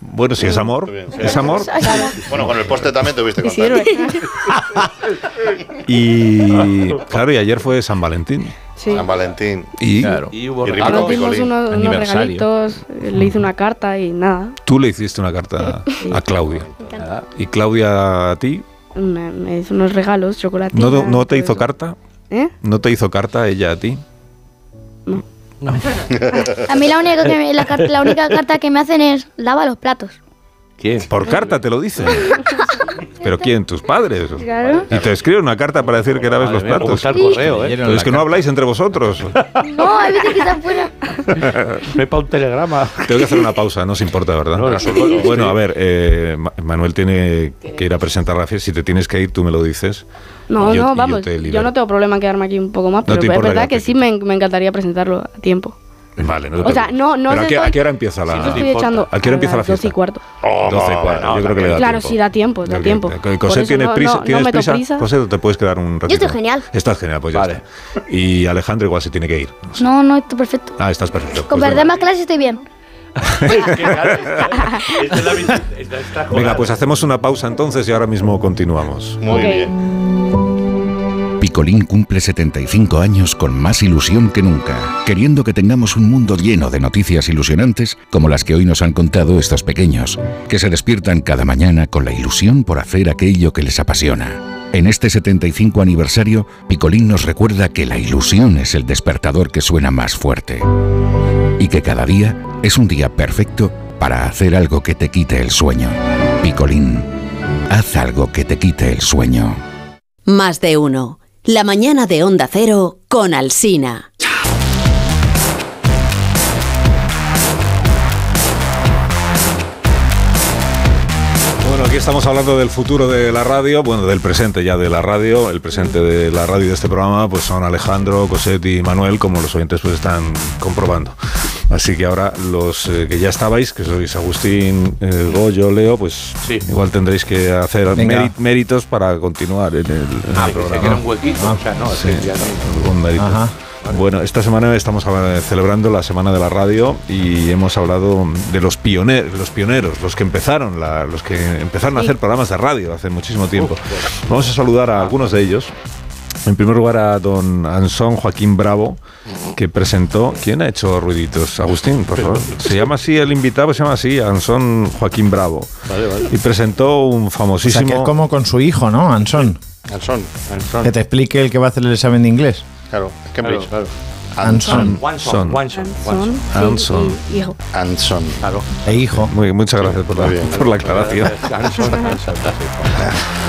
Speaker 1: Bueno, si es amor,
Speaker 2: bien, sí.
Speaker 1: es amor.
Speaker 4: Eh.
Speaker 2: Bueno, con el poste también tuviste
Speaker 6: Y
Speaker 2: que
Speaker 6: sirve.
Speaker 2: contar.
Speaker 1: [laughs] Y claro, y ayer fue San Valentín.
Speaker 6: Sí.
Speaker 2: San Valentín.
Speaker 1: Y
Speaker 8: Claro.
Speaker 3: Y hubo
Speaker 2: Y regalo.
Speaker 3: regalo.
Speaker 6: Nos
Speaker 2: Picolín.
Speaker 6: dimos unos, unos
Speaker 8: Aniversario.
Speaker 6: regalitos, eh, le hice una carta y nada.
Speaker 1: tú le hiciste una carta a Claudia. Y Claudia a ti
Speaker 6: Me, me hizo unos regalos, chocolate.
Speaker 1: no, no te hizo carta,
Speaker 6: ¿Eh?
Speaker 1: no te hizo carta ella a ti.
Speaker 4: A mí la única, que me- la, car- la única carta que me hacen es lava los platos.
Speaker 3: ¿Quién?
Speaker 1: Por carta te
Speaker 6: [laughs]
Speaker 1: lo dice. Pero quién, tus padres.
Speaker 6: Claro.
Speaker 1: Y te escriben una carta para decir que laves
Speaker 3: Madre
Speaker 1: los
Speaker 3: mía, cómo
Speaker 1: platos.
Speaker 3: está el correo, ¿eh?
Speaker 1: Pero es que no habláis entre vosotros.
Speaker 4: No, hay veces que están fuera.
Speaker 3: No hay para un telegrama.
Speaker 1: Tengo que hacer una pausa, no os importa, ¿verdad?
Speaker 3: No, no, solo-
Speaker 1: bueno, a ver, eh, Ma- Manuel tiene que ir a presentar la fiesta. Si te tienes que ir, tú me lo dices.
Speaker 6: No,
Speaker 1: Y yo- y
Speaker 6: no,
Speaker 1: yo
Speaker 6: vamos.
Speaker 1: te
Speaker 6: Yo,
Speaker 1: libero.
Speaker 6: no tengo problema en quedarme aquí un poco más,
Speaker 1: No
Speaker 6: pero
Speaker 1: te
Speaker 6: es
Speaker 1: importa
Speaker 6: verdad
Speaker 1: quedarte
Speaker 6: que sí me, me encantaría presentarlo a tiempo.
Speaker 1: Vale, no te
Speaker 6: O sea,
Speaker 1: preocupes.
Speaker 6: no- no
Speaker 1: Pero ¿a
Speaker 6: os
Speaker 1: qué,
Speaker 6: estoy-
Speaker 1: a qué hora empieza
Speaker 6: Sí,
Speaker 1: la.?
Speaker 6: te estoy echando
Speaker 1: ¿A qué hora empieza la
Speaker 6: las 12
Speaker 1: fiesta?
Speaker 6: y cuarto.
Speaker 2: Oh,
Speaker 1: 12 y
Speaker 2: mamá,
Speaker 1: cuarto,
Speaker 2: no,
Speaker 1: yo creo que le da
Speaker 6: Claro,
Speaker 1: tiempo.
Speaker 6: sí da tiempo, da
Speaker 1: Yo creo
Speaker 6: tiempo.
Speaker 1: que-
Speaker 6: Por
Speaker 1: Cosette,
Speaker 6: eso
Speaker 1: ¿tienes
Speaker 6: no-
Speaker 1: prisa?
Speaker 6: no- no
Speaker 1: ¿tienes
Speaker 6: me
Speaker 1: prisa?
Speaker 6: topriza.
Speaker 1: Cosette, ¿o te puedes quedar un ratito?
Speaker 5: estoy genial.
Speaker 1: Estás genial, pues ya
Speaker 3: Vale.
Speaker 1: está. Y Alejandro igual se tiene que ir.
Speaker 4: No, no, está perfecto.
Speaker 1: Ah, estás perfecto.
Speaker 4: Con
Speaker 1: Pues
Speaker 4: perder
Speaker 1: venga.
Speaker 4: más clases estoy bien.
Speaker 9: Esta es la visita. Esta es la
Speaker 1: Venga, pues hacemos una pausa entonces y ahora mismo continuamos.
Speaker 2: Muy
Speaker 6: Ok.
Speaker 2: bien.
Speaker 10: Picolín cumple 75 años con más ilusión que nunca, queriendo que tengamos un mundo lleno de noticias ilusionantes como las que hoy nos han contado estos pequeños, que se despiertan cada mañana con la ilusión por hacer aquello que les apasiona. En este 75 aniversario, Picolín nos recuerda que la ilusión es el despertador que suena más fuerte y que cada día es un día perfecto para hacer algo que te quite el sueño. Picolín, haz algo que te quite el sueño.
Speaker 11: Más de uno. La mañana de Onda Cero con Alsina.
Speaker 1: Bueno, aquí estamos hablando del futuro de la radio, bueno, del presente ya de la radio. El presente de la radio de este programa pues son Alejandro, Cosette y Manuel, como los oyentes pues están comprobando. Así que ahora los eh, que ya estabais, que sois Agustín, eh, Goyo, Leo, pues
Speaker 3: Sí.
Speaker 1: igual tendréis que hacer
Speaker 8: Venga.
Speaker 1: méri- méritos para continuar en el, en
Speaker 2: Ah,
Speaker 1: el
Speaker 3: Ah, Se
Speaker 1: programa.
Speaker 3: queda un huequito. o sea, no,
Speaker 1: Sí,
Speaker 3: es que ya no.
Speaker 1: algún mérito.
Speaker 8: Ajá.
Speaker 1: Bueno, esta semana estamos eh, celebrando la Semana de la Radio y hemos hablado de los pioneros, los pioneros, los que empezaron, la- los que empezaron a hacer programas de radio hace muchísimo tiempo. Vamos a saludar a algunos de ellos. En primer lugar a don Ansón Joaquín Bravo, que presentó... ¿Quién ha hecho ruiditos? Agustín, por favor. Se llama así, el invitado se llama así, Ansón Joaquín Bravo. Y presentó un
Speaker 8: O sea,
Speaker 1: famosísimo...
Speaker 8: que es como con su hijo, ¿no, Anson?
Speaker 2: Al son.
Speaker 8: Que te explique el que va a hacer el examen de inglés.
Speaker 2: Claro, es Cambridge.
Speaker 3: Claro, claro.
Speaker 1: Anson.
Speaker 9: Anson. Anson. Anson.
Speaker 1: Anson.
Speaker 6: y
Speaker 1: [laughs]
Speaker 6: hijo.
Speaker 2: Anson.
Speaker 9: Claro.
Speaker 1: E hijo. Muy, muchas gracias por la, por la aclaración.
Speaker 9: Anson. Anson.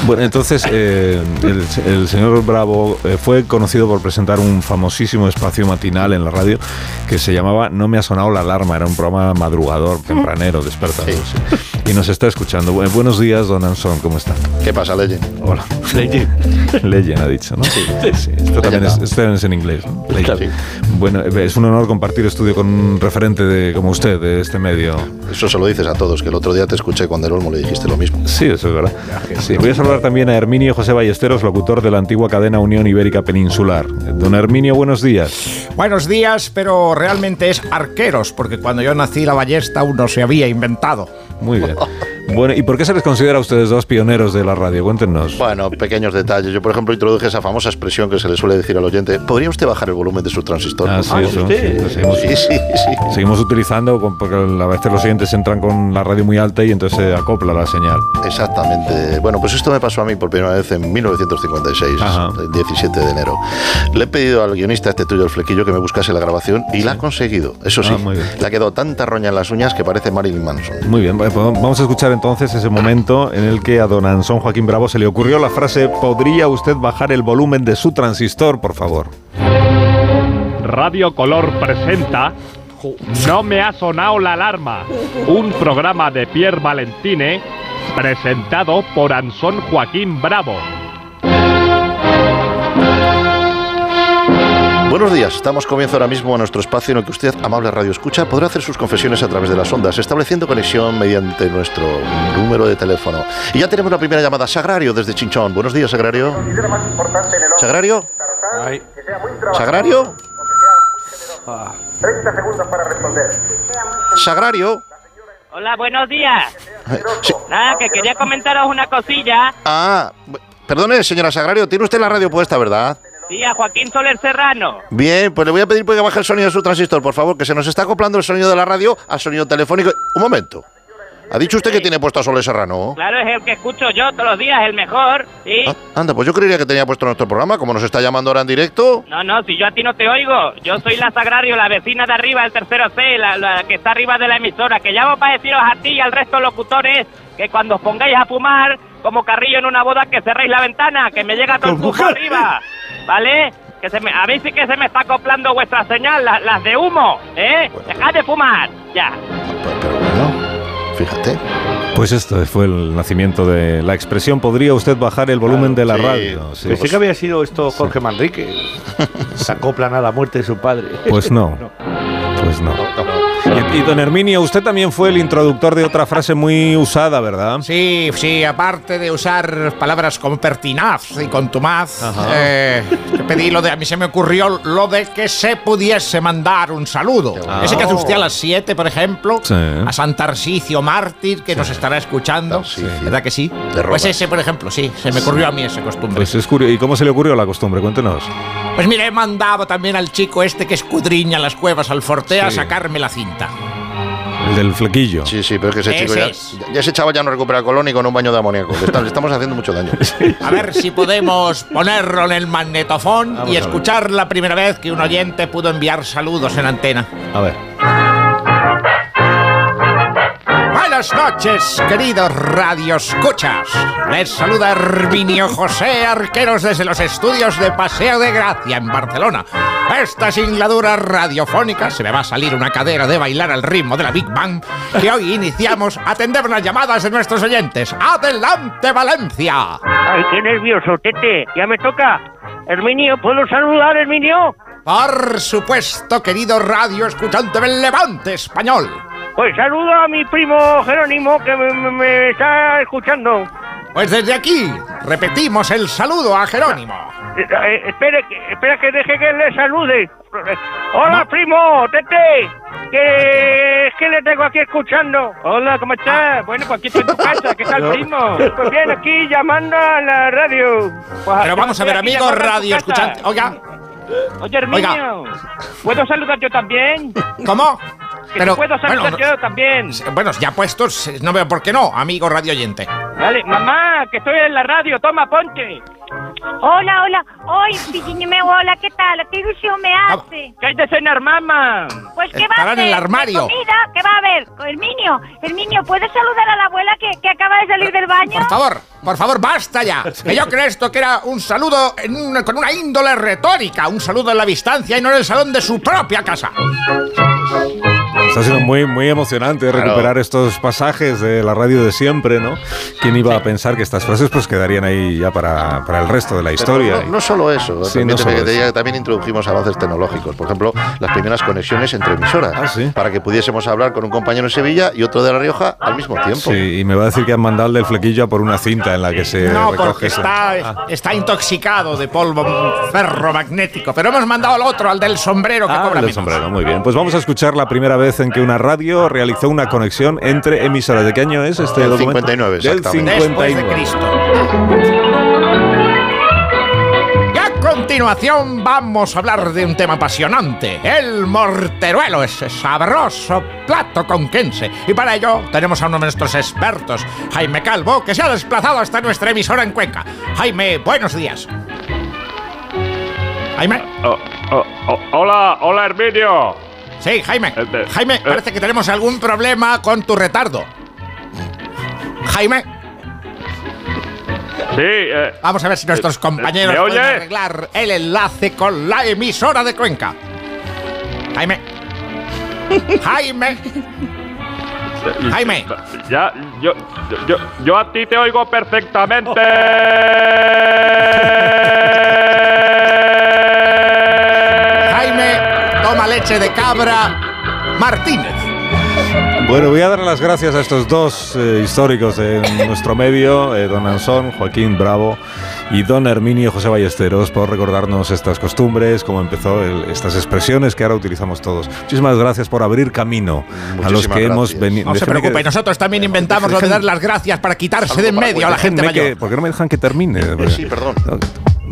Speaker 1: Bueno, entonces eh, el, el señor Bravo eh, fue conocido por presentar un famosísimo espacio matinal en la radio que se llamaba No me ha sonado la alarma, era un programa [laughs] madrugador, tempranero, despertador. sí. Y nos está escuchando. Bu- buenos días, don Anson, ¿cómo está?
Speaker 2: ¿Qué pasa, Legend?
Speaker 1: Hola. Legend. Legend ha dicho, ¿no? Sí. Esto también es, esto también es en inglés. ¿no? Legend. Bueno, eh, es un honor compartir estudio con un referente de, como usted de este medio.
Speaker 2: Eso se lo dices a todos, que el otro día te escuché cuando el Olmo le dijiste lo mismo.
Speaker 1: Sí, eso es verdad. Sí, voy a saludar también a Herminio José Ballesteros, locutor de la antigua cadena Unión Ibérica Peninsular. Don Herminio, buenos días.
Speaker 8: Buenos días, pero realmente es arqueros, porque cuando yo nací la ballesta aún no se había inventado.
Speaker 1: Muy bien. Bueno, ¿y por qué se les considera a ustedes dos pioneros de la radio? Cuéntenos.
Speaker 2: Bueno, pequeños detalles. Yo, por ejemplo, introduje esa famosa expresión que se le suele decir al oyente. ¿Podría usted bajar el volumen de su transistor?
Speaker 1: Ah,
Speaker 2: por
Speaker 1: sí,
Speaker 2: favor?"
Speaker 1: eso, sí, lo seguimos,
Speaker 2: Sí, sí, sí.
Speaker 1: seguimos utilizando con- porque a veces los oyentes entran con la radio muy alta y entonces se acopla la señal.
Speaker 2: Exactamente. Bueno, pues esto me pasó a mí por primera vez en 1956, el 17 de enero. Le he pedido al guionista este tuyo, el flequillo, que me buscase la grabación y la ha conseguido. Eso sí,
Speaker 1: Ah, muy bien.
Speaker 2: le ha quedado tanta roña en las uñas que parece Marilyn Manson.
Speaker 1: Muy bien, pues vamos a escuchar entonces ese momento en el que a don Ansón Joaquín Bravo se le ocurrió la frase ¿Podría usted bajar el volumen de su transistor, por favor?
Speaker 12: Radio Color presenta No me ha sonado la alarma, un programa de Pierre Valentine presentado por Ansón Joaquín Bravo.
Speaker 2: Buenos días, estamos comienzo ahora mismo a nuestro espacio en el que usted, amable radio escucha, podrá hacer sus confesiones a través de las ondas, estableciendo conexión mediante nuestro número de teléfono. Y ya tenemos la primera llamada, Sagrario desde Chinchón. Buenos días, Sagrario. ¿Sagrario? ¿Sagrario? ¿Sagrario? Eh,
Speaker 13: Hola, buenos días.
Speaker 2: Sí.
Speaker 13: Nada, que quería comentaros una cosilla.
Speaker 2: Ah, b- perdone, señora Sagrario, tiene usted la radio puesta, ¿verdad?
Speaker 13: Sí, a Joaquín Soler Serrano.
Speaker 2: Bien, pues le voy a pedir pues, que baje el sonido de su transistor, por favor, que se nos está acoplando el sonido de la radio al sonido telefónico. Un momento. ¿Ha dicho usted que tiene puesto a Sole Serrano?
Speaker 13: Claro, es el que escucho yo todos los días, el mejor. Sí.
Speaker 2: Anda, pues yo creería que tenía puesto nuestro programa, como nos está llamando ahora en directo.
Speaker 13: No, no, si yo a ti no te oigo. Yo soy la Sagrario, la vecina de arriba, el tercero C, la, la que está arriba de la emisora. Que llamo para deciros a ti y al resto de locutores que cuando os pongáis a fumar, como carrillo en una boda, que cerréis la ventana, que me llega todo el
Speaker 14: Como
Speaker 13: flujo arriba. ¿Vale? Que se me, a mí sí que se me está acoplando vuestra señal, la- las de humo, ¿eh? Dejad de fumar, ya.
Speaker 2: Fíjate.
Speaker 1: Pues este fue el nacimiento de la expresión ¿Podría usted bajar el volumen de la radio? Sí.
Speaker 3: Pensé que había sido esto Jorge Manrique. Se acoplan a la muerte de su padre.
Speaker 1: Pues no. Pues no. Y, y don Herminio, usted también fue el introductor de otra frase muy usada, ¿verdad?
Speaker 8: Sí, sí, aparte de usar palabras como pertinaz y contumaz,
Speaker 1: Ajá.
Speaker 8: eh, pedí lo de, a mí se me ocurrió lo de que se pudiese mandar un saludo.
Speaker 1: bueno.
Speaker 8: Ese que hace usted a las 7, por ejemplo,
Speaker 1: Sí.
Speaker 8: a San Tarsicio Mártir, que nos estará escuchando. ¿Verdad que sí? Pues ese, por ejemplo, sí, se me ocurrió a mí esa costumbre.
Speaker 1: Pues es curioso. ¿Y cómo se le ocurrió la costumbre? Cuéntenos.
Speaker 8: Pues mire, he mandado también al chico este que escudriña las cuevas al forte a
Speaker 1: Sí.
Speaker 8: sacarme la cinta.
Speaker 1: El del flequillo.
Speaker 2: Sí, sí, pero es que ese
Speaker 8: Ese
Speaker 2: chico ya,
Speaker 8: es.
Speaker 2: ya- ya ese chaval ya no recupera colónico en un baño de amoníaco. Le, está- le estamos haciendo mucho
Speaker 1: [laughs]
Speaker 2: daño.
Speaker 8: A ver si podemos ponerlo en el magnetofón
Speaker 2: Vamos a
Speaker 8: y
Speaker 2: ver.
Speaker 8: escuchar la primera vez que un oyente pudo enviar saludos en antena.
Speaker 1: A ver.
Speaker 8: Buenas noches, queridos radioescuchas. Les saluda Herminio José Arqueros desde los estudios de Paseo de Gracia en Barcelona. Esta singladura radiofónica se me va a salir una cadera de bailar al ritmo de la Big Bang que hoy iniciamos a atender las llamadas de nuestros oyentes. ¡Adelante, Valencia!
Speaker 13: Ay, qué nervioso, Tete. Este, Ya me toca. Herminio, ¿puedo saludar, Herminio?
Speaker 8: Por supuesto, querido radio escuchante del Levante Español.
Speaker 13: Pues saludo a mi primo Jerónimo que me, me- me está escuchando.
Speaker 8: Pues desde aquí repetimos el saludo a Jerónimo.
Speaker 13: Eh, eh, espere, que- espera que deje que le salude. Hola, primo, Tete. Que es que le tengo aquí escuchando. Hola, ¿cómo estás? Bueno, pues aquí estoy en tu casa. ¿Qué [laughs] tal,
Speaker 8: No.
Speaker 13: primo? Pues bien, aquí llamando a la radio. Pues
Speaker 8: Pero vamos a ver,
Speaker 13: estoy aquí
Speaker 8: amigos
Speaker 13: llamando a tu
Speaker 8: radio
Speaker 13: casa.
Speaker 8: escuchante. Oiga,
Speaker 13: Oye, Herminio, ¿puedo saludar yo también?
Speaker 8: ¿cómo?
Speaker 13: Que
Speaker 8: Pero,
Speaker 13: puedo saludar
Speaker 8: bueno,
Speaker 13: yo también.
Speaker 8: Bueno, ya puestos, eh, no veo por qué no, amigo radio oyente.
Speaker 13: Vale, mamá, que estoy en la radio, toma, ponche.
Speaker 14: Hola, hola. Hoy, me hola, ¿qué tal? ¿Qué ilusión me
Speaker 13: Ah,
Speaker 14: hace?
Speaker 13: ¿Qué hay de cenar, mamá?
Speaker 14: Pues, ¿qué va a
Speaker 13: Estarán
Speaker 14: haber?
Speaker 13: en el armario.
Speaker 14: ¿De comida? ¿Qué va a haber? Herminio, Herminio, ¿puedes saludar a la abuela que, que acaba de salir del baño?
Speaker 8: Por favor, por favor,
Speaker 14: [laughs]
Speaker 8: basta ya. Que yo creo esto que era un saludo en una- con una índole retórica, un saludo en la distancia y no en el salón de su propia casa.
Speaker 1: Pues ha sido muy, muy emocionante recuperar estos pasajes de la radio de siempre, ¿no? ¿Quién iba a pensar que estas frases pues quedarían ahí ya para, para el resto de la historia? eh.
Speaker 2: Pero No, no solo eso,
Speaker 1: Sí,
Speaker 2: permíteme
Speaker 1: no solo
Speaker 2: que te
Speaker 1: eso.
Speaker 2: diga que también introdujimos avances tecnológicos. Por ejemplo, las primeras conexiones entre emisoras.
Speaker 1: Ah,
Speaker 2: Para que pudiésemos hablar con un compañero en Sevilla y otro de La Rioja al mismo tiempo.
Speaker 1: Sí, y me va a decir que han mandado el del flequillo a por una cinta en la que se
Speaker 8: No,
Speaker 1: recoge Ah.
Speaker 8: porque
Speaker 1: ese-
Speaker 8: está, está intoxicado de polvo ferromagnético. Pero hemos mandado al otro, al del sombrero que
Speaker 1: Ah,
Speaker 8: cobra
Speaker 1: el del
Speaker 8: menos.
Speaker 1: sombrero, muy bien. Pues vamos a escuchar la primera vez en que una radio realizó una conexión entre emisoras. ¿De qué año es este
Speaker 2: Del
Speaker 1: documento?
Speaker 2: 59,
Speaker 1: Del
Speaker 2: exactamente.
Speaker 1: 59.
Speaker 2: Después de
Speaker 8: Y a continuación vamos a hablar de un tema apasionante, el morteruelo, ese sabroso plato conquense. Y para ello tenemos a uno de nuestros expertos, Jaime Calvo, que se ha desplazado hasta nuestra emisora en Cuenca. Jaime, buenos días. Jaime.
Speaker 12: Oh, hola, hola Herminio. Eh,
Speaker 8: Sí, Jaime. Jaime, parece que tenemos algún problema con tu retardo. Jaime.
Speaker 12: Sí, eh,
Speaker 8: Vamos a ver si nuestros
Speaker 12: eh,
Speaker 8: compañeros
Speaker 12: ¿me
Speaker 8: pueden
Speaker 12: oye?
Speaker 8: arreglar el enlace con la emisora de Cuenca.
Speaker 12: [laughs]
Speaker 8: Jaime. Jaime. Jaime.
Speaker 12: Ya, yo, yo, yo, yo a ti te oigo perfectamente. eh,
Speaker 8: Jaime, toma leche de cabra. Martínez.
Speaker 1: Bueno, voy a dar las gracias a estos dos eh, históricos de nuestro medio, eh, don Ansón, Joaquín Bravo y don Herminio José Ballesteros, por recordarnos estas costumbres, cómo empezó el- estas expresiones que ahora utilizamos todos. Muchísimas gracias por abrir camino a los
Speaker 8: Muchísimas
Speaker 1: que hemos
Speaker 8: gracias.
Speaker 1: venido.
Speaker 8: No se
Speaker 1: Déjeme que-
Speaker 8: preocupe, nosotros también inventamos lo de dar las gracias para quitarse de en medio a la gente
Speaker 1: Déjenme que-
Speaker 8: mayor.
Speaker 1: ¿Por qué no me dejan que termine?
Speaker 2: Eh, Sí, perdón.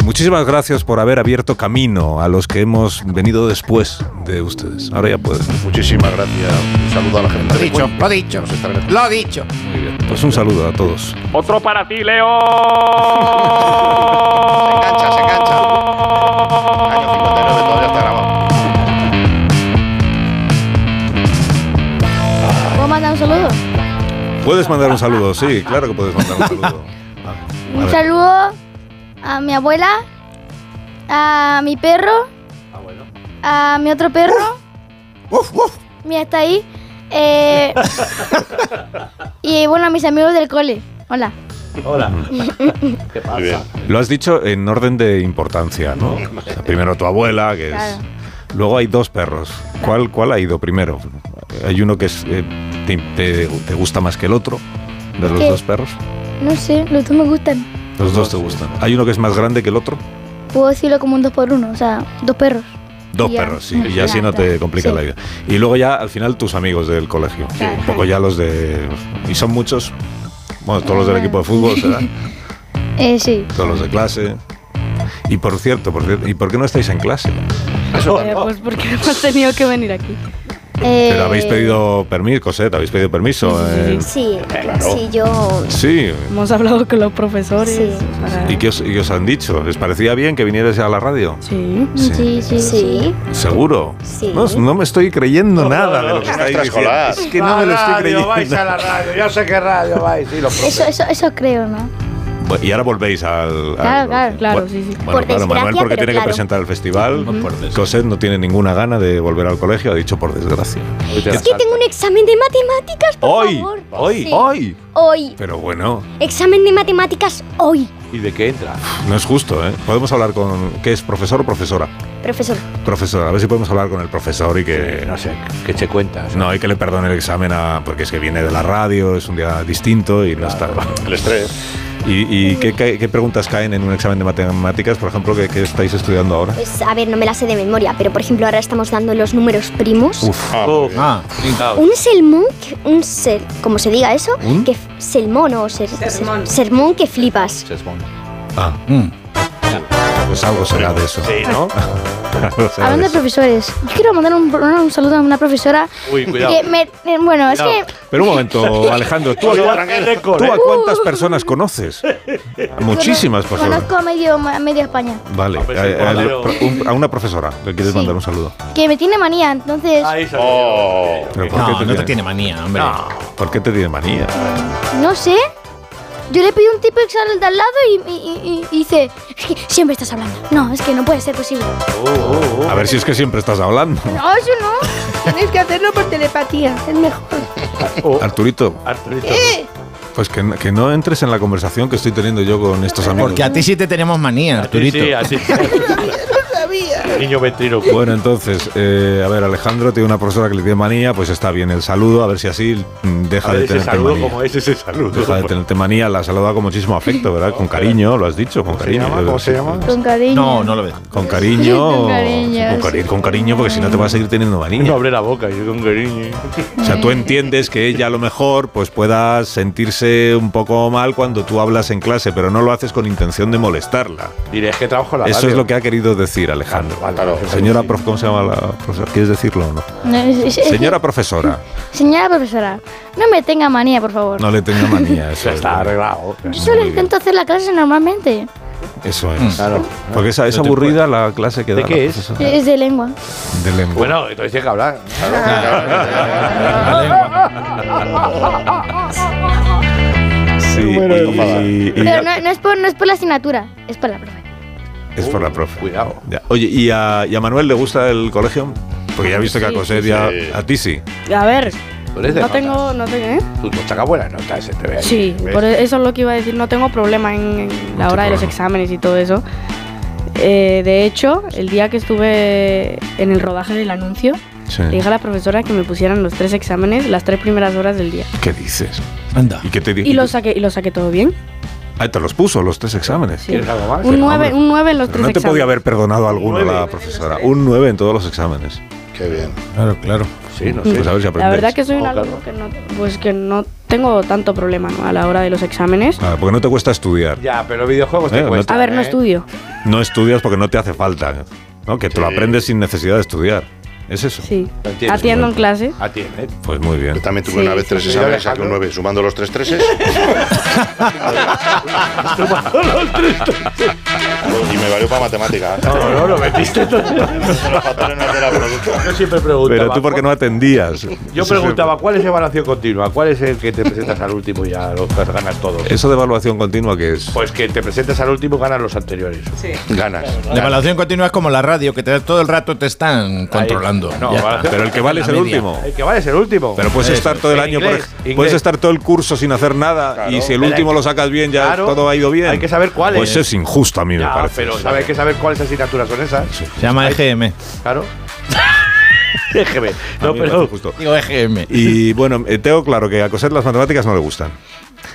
Speaker 1: Muchísimas gracias por haber abierto camino a los que hemos venido después de ustedes. Ahora ya pueden.
Speaker 2: Muchísimas gracias. Un saludo a la gente.
Speaker 8: Lo dicho, lo dicho, lo dicho.
Speaker 1: Pues un saludo a todos.
Speaker 12: Otro para ti, Leo.
Speaker 4: ¿Puedo mandar un saludo?
Speaker 1: Puedes mandar un saludo, sí, claro que puedes mandar un saludo. A
Speaker 4: Un
Speaker 1: ver.
Speaker 4: saludo a mi abuela, a mi perro, a mi otro perro. Mira, está ahí. eh, y bueno, a mis amigos del cole. Hola.
Speaker 9: Hola. ¿Qué pasa?
Speaker 1: Lo has dicho en orden de importancia, ¿no? O sea, primero tu abuela, que es.
Speaker 4: Claro.
Speaker 1: Luego hay dos perros. ¿Cuál, cuál ha ido primero? Hay uno que es, eh, te, te- te gusta más que el otro, de los
Speaker 4: Sí.
Speaker 1: dos perros.
Speaker 4: No sé, los dos me gustan.
Speaker 1: Los dos te gustan. Hay uno que es más grande que el otro.
Speaker 4: Puedo decirlo como un dos por uno, o sea, dos perros.
Speaker 1: Dos
Speaker 4: Ya.
Speaker 1: perros, sí. Y ya así no te complica
Speaker 4: Sí.
Speaker 1: la vida. Y luego ya al final tus amigos del colegio. Un poco ya los de. Y son muchos. Bueno, todos los del equipo de fútbol, ¿verdad?
Speaker 4: Eh, sí.
Speaker 1: Todos los de clase. Y por cierto, por cierto, ¿y por qué no estáis en clase?
Speaker 6: Eh, pues porque [laughs] hemos tenido que venir aquí.
Speaker 4: Eh,
Speaker 1: Pero habéis pedido permiso, Cosette, habéis pedido permiso. eh?
Speaker 5: Sí,
Speaker 1: Claro.
Speaker 5: sí, yo.
Speaker 1: Sí.
Speaker 6: Hemos hablado con los profesores. para-
Speaker 1: ¿Y qué, os, y qué os han dicho? ¿Les parecía bien que vinierais a la radio?
Speaker 6: Sí.
Speaker 5: Sí, sí, sí.
Speaker 1: ¿Seguro?
Speaker 5: Sí.
Speaker 1: No, no me estoy creyendo nada de lo que
Speaker 2: es
Speaker 1: estáis diciendo.
Speaker 2: extraescolar.
Speaker 1: Es que no me lo estoy creyendo.
Speaker 3: vais a la radio, yo sé qué radio vais. Sí, los
Speaker 4: Eso, eso, eso creo, ¿no?
Speaker 1: Bueno, Y ahora volvéis al... al-
Speaker 4: claro.
Speaker 6: Claro, sí, sí.
Speaker 1: Bueno, claro, Manuel porque
Speaker 4: pero
Speaker 1: tiene que
Speaker 4: claro.
Speaker 1: presentar el festival. Cosette no tiene ninguna gana de volver al colegio, ha dicho por desgracia.
Speaker 5: Es que tengo un examen de matemáticas, por
Speaker 1: Hoy,
Speaker 5: favor.
Speaker 1: hoy,
Speaker 5: Sí.
Speaker 1: hoy.
Speaker 5: Hoy.
Speaker 1: Pero bueno,
Speaker 5: Examen de matemáticas hoy,
Speaker 1: ¿y de qué entra? No es justo, ¿eh? Podemos hablar con... ¿Qué es profesor o profesora?
Speaker 5: profesor.
Speaker 1: Profesor, a ver si podemos hablar con el profesor y
Speaker 3: Eh,
Speaker 1: que... no sé, que se cuenta. No, y que le perdone el examen a, porque es que viene de la radio, es un día distinto y no [laughs] está... El estrés. ¿Y, y qué, qué- qué preguntas caen en un examen de matemáticas, por ejemplo, que, que estáis estudiando ahora?
Speaker 5: Pues a ver, no me la sé de memoria, pero por ejemplo ahora estamos dando los números primos.
Speaker 1: Uf.
Speaker 8: Ah,
Speaker 5: Un sermón, que- un ser, como se diga eso,
Speaker 1: ¿Un?
Speaker 5: que f- sermón o ser, ser- sermón que flipas.
Speaker 8: mm.
Speaker 1: Ah. Pues [laughs] algo será de eso. Sí, ¿no? Claro, o sea,
Speaker 4: Hablando de
Speaker 1: eso.
Speaker 4: profesores, yo quiero mandar un, un saludo a una profesora.
Speaker 1: Uy, cuidado.
Speaker 4: que me- eh, bueno, es
Speaker 1: Cuidado.
Speaker 4: que
Speaker 1: Pero un momento, Alejandro, ¿tú a,
Speaker 9: Cuidado,
Speaker 1: cuán-
Speaker 9: qué récord,
Speaker 1: tú a
Speaker 9: ¿eh?
Speaker 1: cuántas personas conoces? Muchísimas
Speaker 4: cono-
Speaker 1: personas.
Speaker 4: Conozco a, medio, a media España.
Speaker 1: Vale,
Speaker 9: ver
Speaker 1: a,
Speaker 9: si
Speaker 1: a-
Speaker 9: puedo.
Speaker 1: pro- un- a una profesora le quieres mandar un saludo.
Speaker 4: Que me tiene manía, entonces.
Speaker 1: Pero ¿por
Speaker 15: No,
Speaker 1: qué
Speaker 15: no te
Speaker 1: tiene-
Speaker 15: tiene manía, hombre.
Speaker 1: ¿Por qué te tiene manía?
Speaker 4: No sé. Yo le pedí un tipo que sale de al lado y, y- y- y dice, es que siempre estás hablando. No, es que no puede ser posible.
Speaker 3: Uh,
Speaker 1: A ver si es que siempre estás hablando.
Speaker 7: No, eso no. Tienes que hacerlo por telepatía. Es mejor.
Speaker 1: Arturito,
Speaker 7: ¿Qué?
Speaker 1: pues que, no- que no entres en la conversación que estoy teniendo yo con estos amigos.
Speaker 15: Porque a ti sí te tenemos manía, Arturito.
Speaker 1: sí,
Speaker 7: [laughs] No sabía.
Speaker 1: Niño Bueno, entonces, eh, a ver, Alejandro tiene una profesora que le tiene manía, pues está bien el saludo, a ver si así mm, deja
Speaker 9: A ver,
Speaker 1: de
Speaker 9: ese
Speaker 1: tenerte
Speaker 9: saludo
Speaker 1: manía.
Speaker 9: como es ese saludo.
Speaker 1: Deja de tenerte manía, la saluda con muchísimo afecto, ¿verdad? Con cariño, lo has dicho, con cariño. ¿Cómo se llama?
Speaker 4: Con cariño.
Speaker 1: no lo ves. Con
Speaker 4: [laughs]
Speaker 1: cariño.
Speaker 4: Con cariño,
Speaker 1: Con, cari- con cariño, porque si no te vas a seguir teniendo manía. No abre la boca, yo con cariño. O sea, tú entiendes que ella a lo mejor pues pueda sentirse un poco mal cuando tú hablas en clase, pero no lo haces con intención de molestarla.
Speaker 3: Diré, es que trabajo en la
Speaker 1: Eso
Speaker 3: radio.
Speaker 1: es lo que ha querido decir Alejandro. Señora, prof- ¿cómo se llama la profesora? ¿Quieres decirlo o no?
Speaker 4: No, es- es- es-
Speaker 1: Señora profesora,
Speaker 4: Señora profesora, no me tenga manía, por favor.
Speaker 1: no le tenga manía. Eso está arreglado.
Speaker 4: Yo solo intento hacer la clase normalmente.
Speaker 1: Eso es.
Speaker 3: Mm.
Speaker 1: Porque esa es aburrida la clase que da.
Speaker 3: ¿De qué
Speaker 1: la
Speaker 3: es?
Speaker 1: profesora.
Speaker 4: Es de lengua.
Speaker 1: De lengua.
Speaker 3: Bueno, entonces tienes que hablar.
Speaker 1: Sí, y- y- y-
Speaker 4: Pero no, no es por, no es por la asignatura, es por la profe.
Speaker 1: Es por la profe. Cuidado. Oye, ¿y a, y a Manuel le gusta el colegio? Porque ya he visto que a
Speaker 6: Sí,
Speaker 1: Coser
Speaker 6: sí,
Speaker 1: y a, a ti sí.
Speaker 6: A ver,
Speaker 1: eres de
Speaker 6: no
Speaker 1: notas.
Speaker 6: tengo, no tengo, ¿eh?
Speaker 3: Tú no sacas buenas notas, se te ve ahí.
Speaker 6: Sí,
Speaker 3: ¿Ves?
Speaker 6: por e, eso es lo que iba a decir. No tengo problema en, en la hora de los exámenes y todo eso. Eh, de hecho, el día que estuve en el rodaje del anuncio,
Speaker 1: Sí.
Speaker 6: le dije a la profesora que me pusieran los tres exámenes las tres primeras horas del día.
Speaker 1: ¿Qué dices? Anda. ¿Y qué te
Speaker 6: Y
Speaker 1: dijo?
Speaker 6: lo saqué, y lo saqué todo bien.
Speaker 1: Ah, te los puso los tres exámenes.
Speaker 6: ¿Quieres algo más? Un nueve- un nueve en los
Speaker 1: Pero
Speaker 6: tres
Speaker 1: No te podía
Speaker 6: exámenes.
Speaker 1: haber perdonado alguno la profesora. Un 9 en todos los exámenes. Qué bien. Claro, claro. Sí, no sé. Pues a ver si
Speaker 6: Mm. La
Speaker 1: aprendéis.
Speaker 6: verdad que soy un alumno que no, pues que no tengo tanto problema ¿no? a la hora de los exámenes.
Speaker 1: Ah, porque no te cuesta estudiar.
Speaker 3: Ya, pero videojuegos te
Speaker 1: Eh, no
Speaker 3: cuesta.
Speaker 6: A ver, no estudio.
Speaker 1: No estudias porque no te hace falta. ¿no? Que te lo aprendes sin necesidad de estudiar. ¿Es eso?
Speaker 6: Sí. Atiendo en clase.
Speaker 3: Atiende.
Speaker 1: Pues muy bien.
Speaker 2: Yo también tuve
Speaker 6: Sí,
Speaker 2: una vez
Speaker 6: sí,
Speaker 2: tres
Speaker 6: sí.
Speaker 2: exámenes, saqué un 9, sumando los tres treses. [laughs] sumando los tres treses. Y me valió para matemática. No, no, lo metiste todo. los patrones de la producción.
Speaker 3: Yo siempre preguntaba.
Speaker 1: Pero tú porque no atendías.
Speaker 3: Yo preguntaba, ¿cuál es evaluación continua? ¿Cuál es el que te presentas al último y ya lo ganas todo?
Speaker 1: ¿Eso de evaluación continua qué es?
Speaker 3: Pues que te presentas al último, ganas los anteriores. Sí. Ganas.
Speaker 15: La evaluación continua es como la radio, que te- todo el rato te están controlando.
Speaker 3: No,
Speaker 15: Ya está.
Speaker 3: evaluación-
Speaker 1: Pero el que vale es el
Speaker 15: La media.
Speaker 1: último.
Speaker 3: El que vale es el último.
Speaker 1: Pero puedes
Speaker 3: Eso
Speaker 1: estar
Speaker 3: es.
Speaker 1: todo el
Speaker 3: En
Speaker 1: año, por
Speaker 3: inglés,
Speaker 1: ej-
Speaker 3: inglés.
Speaker 1: puedes estar todo el curso sin hacer nada y si el
Speaker 3: Pero
Speaker 1: último
Speaker 3: hay-
Speaker 1: lo sacas bien ya
Speaker 3: Claro.
Speaker 1: todo ha ido bien.
Speaker 3: Hay que saber cuál
Speaker 1: Pues
Speaker 3: es.
Speaker 1: eso es injusto a mí me
Speaker 3: Ya,
Speaker 1: parece.
Speaker 3: pero sabe- hay que saber cuáles asignaturas son esas.
Speaker 15: Se llama E EGM.
Speaker 1: [laughs]
Speaker 3: Claro. EGM.
Speaker 1: A
Speaker 3: No,
Speaker 1: mí me parece
Speaker 3: pero.
Speaker 1: justo.
Speaker 2: E
Speaker 15: Digo EGM.
Speaker 1: Y bueno, eh, tengo claro que a Coser las matemáticas no le gustan.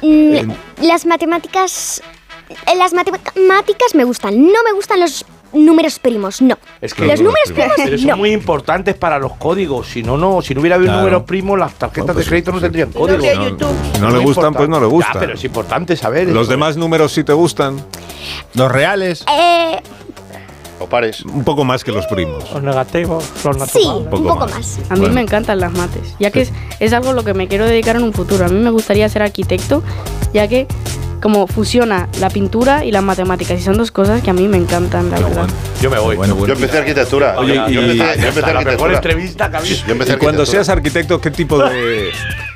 Speaker 5: Mm, Las matemáticas. eh, Las matemáticas me gustan. No me gustan los números primos, no. los números primos,
Speaker 3: Pero
Speaker 5: no.
Speaker 3: son muy importantes para los códigos. Si no, no, si no hubiera habido
Speaker 1: Claro.
Speaker 3: números primos, las tarjetas
Speaker 1: Bueno, pues
Speaker 3: de crédito no tendrían
Speaker 1: Lo que
Speaker 3: código.
Speaker 1: hay No, YouTube. no le gustan, pues no le gustan.
Speaker 3: Ya, pero es importante saber. eso.
Speaker 1: ¿Los
Speaker 3: ¿eh?
Speaker 1: demás números sí te gustan?
Speaker 15: Los reales.
Speaker 5: Eh,
Speaker 1: O pares. Un poco más que los primos.
Speaker 9: Los negativos, los naturales.
Speaker 5: sí, un poco, más.
Speaker 6: A mí me encantan las mates, ya que es, es algo a lo que me quiero dedicar en un futuro. A mí me gustaría ser arquitecto, ya que como fusiona la pintura y las matemáticas, y son dos cosas que a mí me encantan, la verdad.
Speaker 3: Yo me voy.
Speaker 2: Yo empecé arquitectura.
Speaker 1: Oye,
Speaker 2: yo empecé,
Speaker 1: y-
Speaker 2: yo
Speaker 1: Ah, ya
Speaker 2: empecé
Speaker 1: está, la mejor
Speaker 2: arquitectura.
Speaker 3: entrevista que habéis-
Speaker 2: Yo empecé
Speaker 1: Y cuando
Speaker 2: arquitectura.
Speaker 1: seas arquitecto, ¿qué tipo de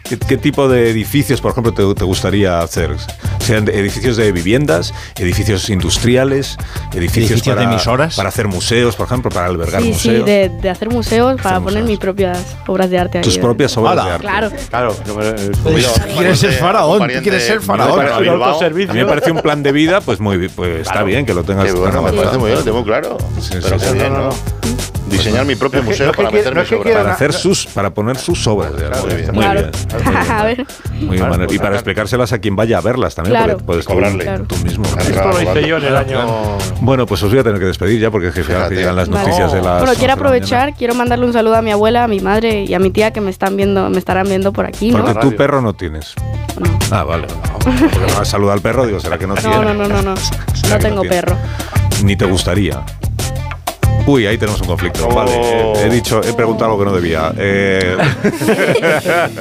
Speaker 1: qué, qué tipo de edificios, por ejemplo, te, te gustaría hacer? Sean de- edificios de viviendas, edificios industriales, edificios,
Speaker 15: Edificios
Speaker 1: para,
Speaker 15: de emisoras.
Speaker 1: para hacer museos, por ejemplo, para albergar
Speaker 6: Sí, sí,
Speaker 1: museos.
Speaker 6: de, de hacer museos para poner mis propias obras de arte. ahí.
Speaker 1: Tus propias obras de arte.
Speaker 6: Claro.
Speaker 3: Claro. yo me-
Speaker 15: Quieres ser faraón, tú quieres ser faraón.
Speaker 1: A mí me- a mí me parece un plan de vida, pues muy bien, pues está bien que lo tengas.
Speaker 2: Qué bueno, me parece muy bien, lo tengo claro. Pero qué bien, ¿no? Diseñar mi propio museo para meter mis obras.
Speaker 1: para hacer sus, para poner sus obras. de arte.
Speaker 6: [laughs]
Speaker 1: muy bien,
Speaker 6: Claro.
Speaker 1: [laughs]
Speaker 6: a ver.
Speaker 1: muy bien, Manuel. y para explicárselas a quien vaya a verlas también,
Speaker 6: Claro.
Speaker 1: porque puedes
Speaker 6: Cobrarle.
Speaker 1: tú- tú mismo.
Speaker 2: Esto lo hice
Speaker 9: yo en el año.
Speaker 1: Bueno, pues os voy a tener que despedir ya porque es que fíjate, llegan las
Speaker 6: Vale.
Speaker 1: noticias de las.
Speaker 6: Bueno, quiero
Speaker 1: 11 de la mañana.
Speaker 6: aprovechar, quiero mandarle un saludo a mi abuela, a mi madre y a mi tía que me están viendo, me estarán viendo por aquí, ¿no?
Speaker 1: Porque tú perro no tienes. Ah, vale. Porque no has saludado al perro, digo, ¿será que no tiene?
Speaker 6: No, no, no, no, no. No
Speaker 1: que no
Speaker 6: tengo
Speaker 1: tiene.
Speaker 6: perro.
Speaker 1: Ni te gustaría. Uy, ahí tenemos un conflicto. Vale, eh, he dicho, he preguntado algo que no debía. Eh,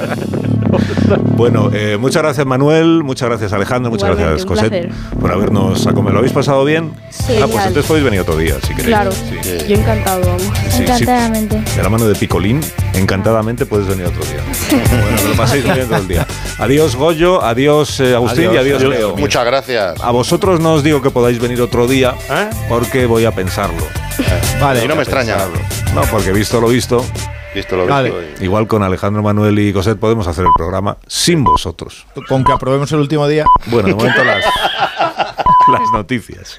Speaker 1: [laughs] bueno, eh, muchas gracias Manuel, muchas gracias Alejandro, muchas
Speaker 6: Igualmente,
Speaker 1: gracias
Speaker 6: un
Speaker 1: Cosette
Speaker 6: placer.
Speaker 1: por habernos acompañado. ¿Lo habéis pasado bien?
Speaker 6: Sí.
Speaker 1: Ah, pues
Speaker 6: Genial.
Speaker 1: entonces podéis venir otro día, si queréis.
Speaker 6: Claro,
Speaker 1: Sí.
Speaker 6: yo encantado, vamos.
Speaker 1: sí. Encantadamente. De la mano de Picolín, encantadamente puedes venir otro
Speaker 6: [laughs]
Speaker 1: día. Bueno, que lo paséis muy bien todo el día. Adiós Goyo, adiós eh, Agustín y adiós Leo.
Speaker 2: Muchas gracias.
Speaker 1: A vosotros no os digo que podáis venir otro día, porque voy a pensarlo.
Speaker 2: Vale. Y no me extraña.
Speaker 1: No, porque visto lo visto.
Speaker 2: Visto lo
Speaker 15: Vale.
Speaker 2: visto.
Speaker 1: Igual con Alejandro Manuel y Cosette podemos hacer el programa sin vosotros.
Speaker 15: Con que aprobemos el último día.
Speaker 1: Bueno, de momento las, las noticias.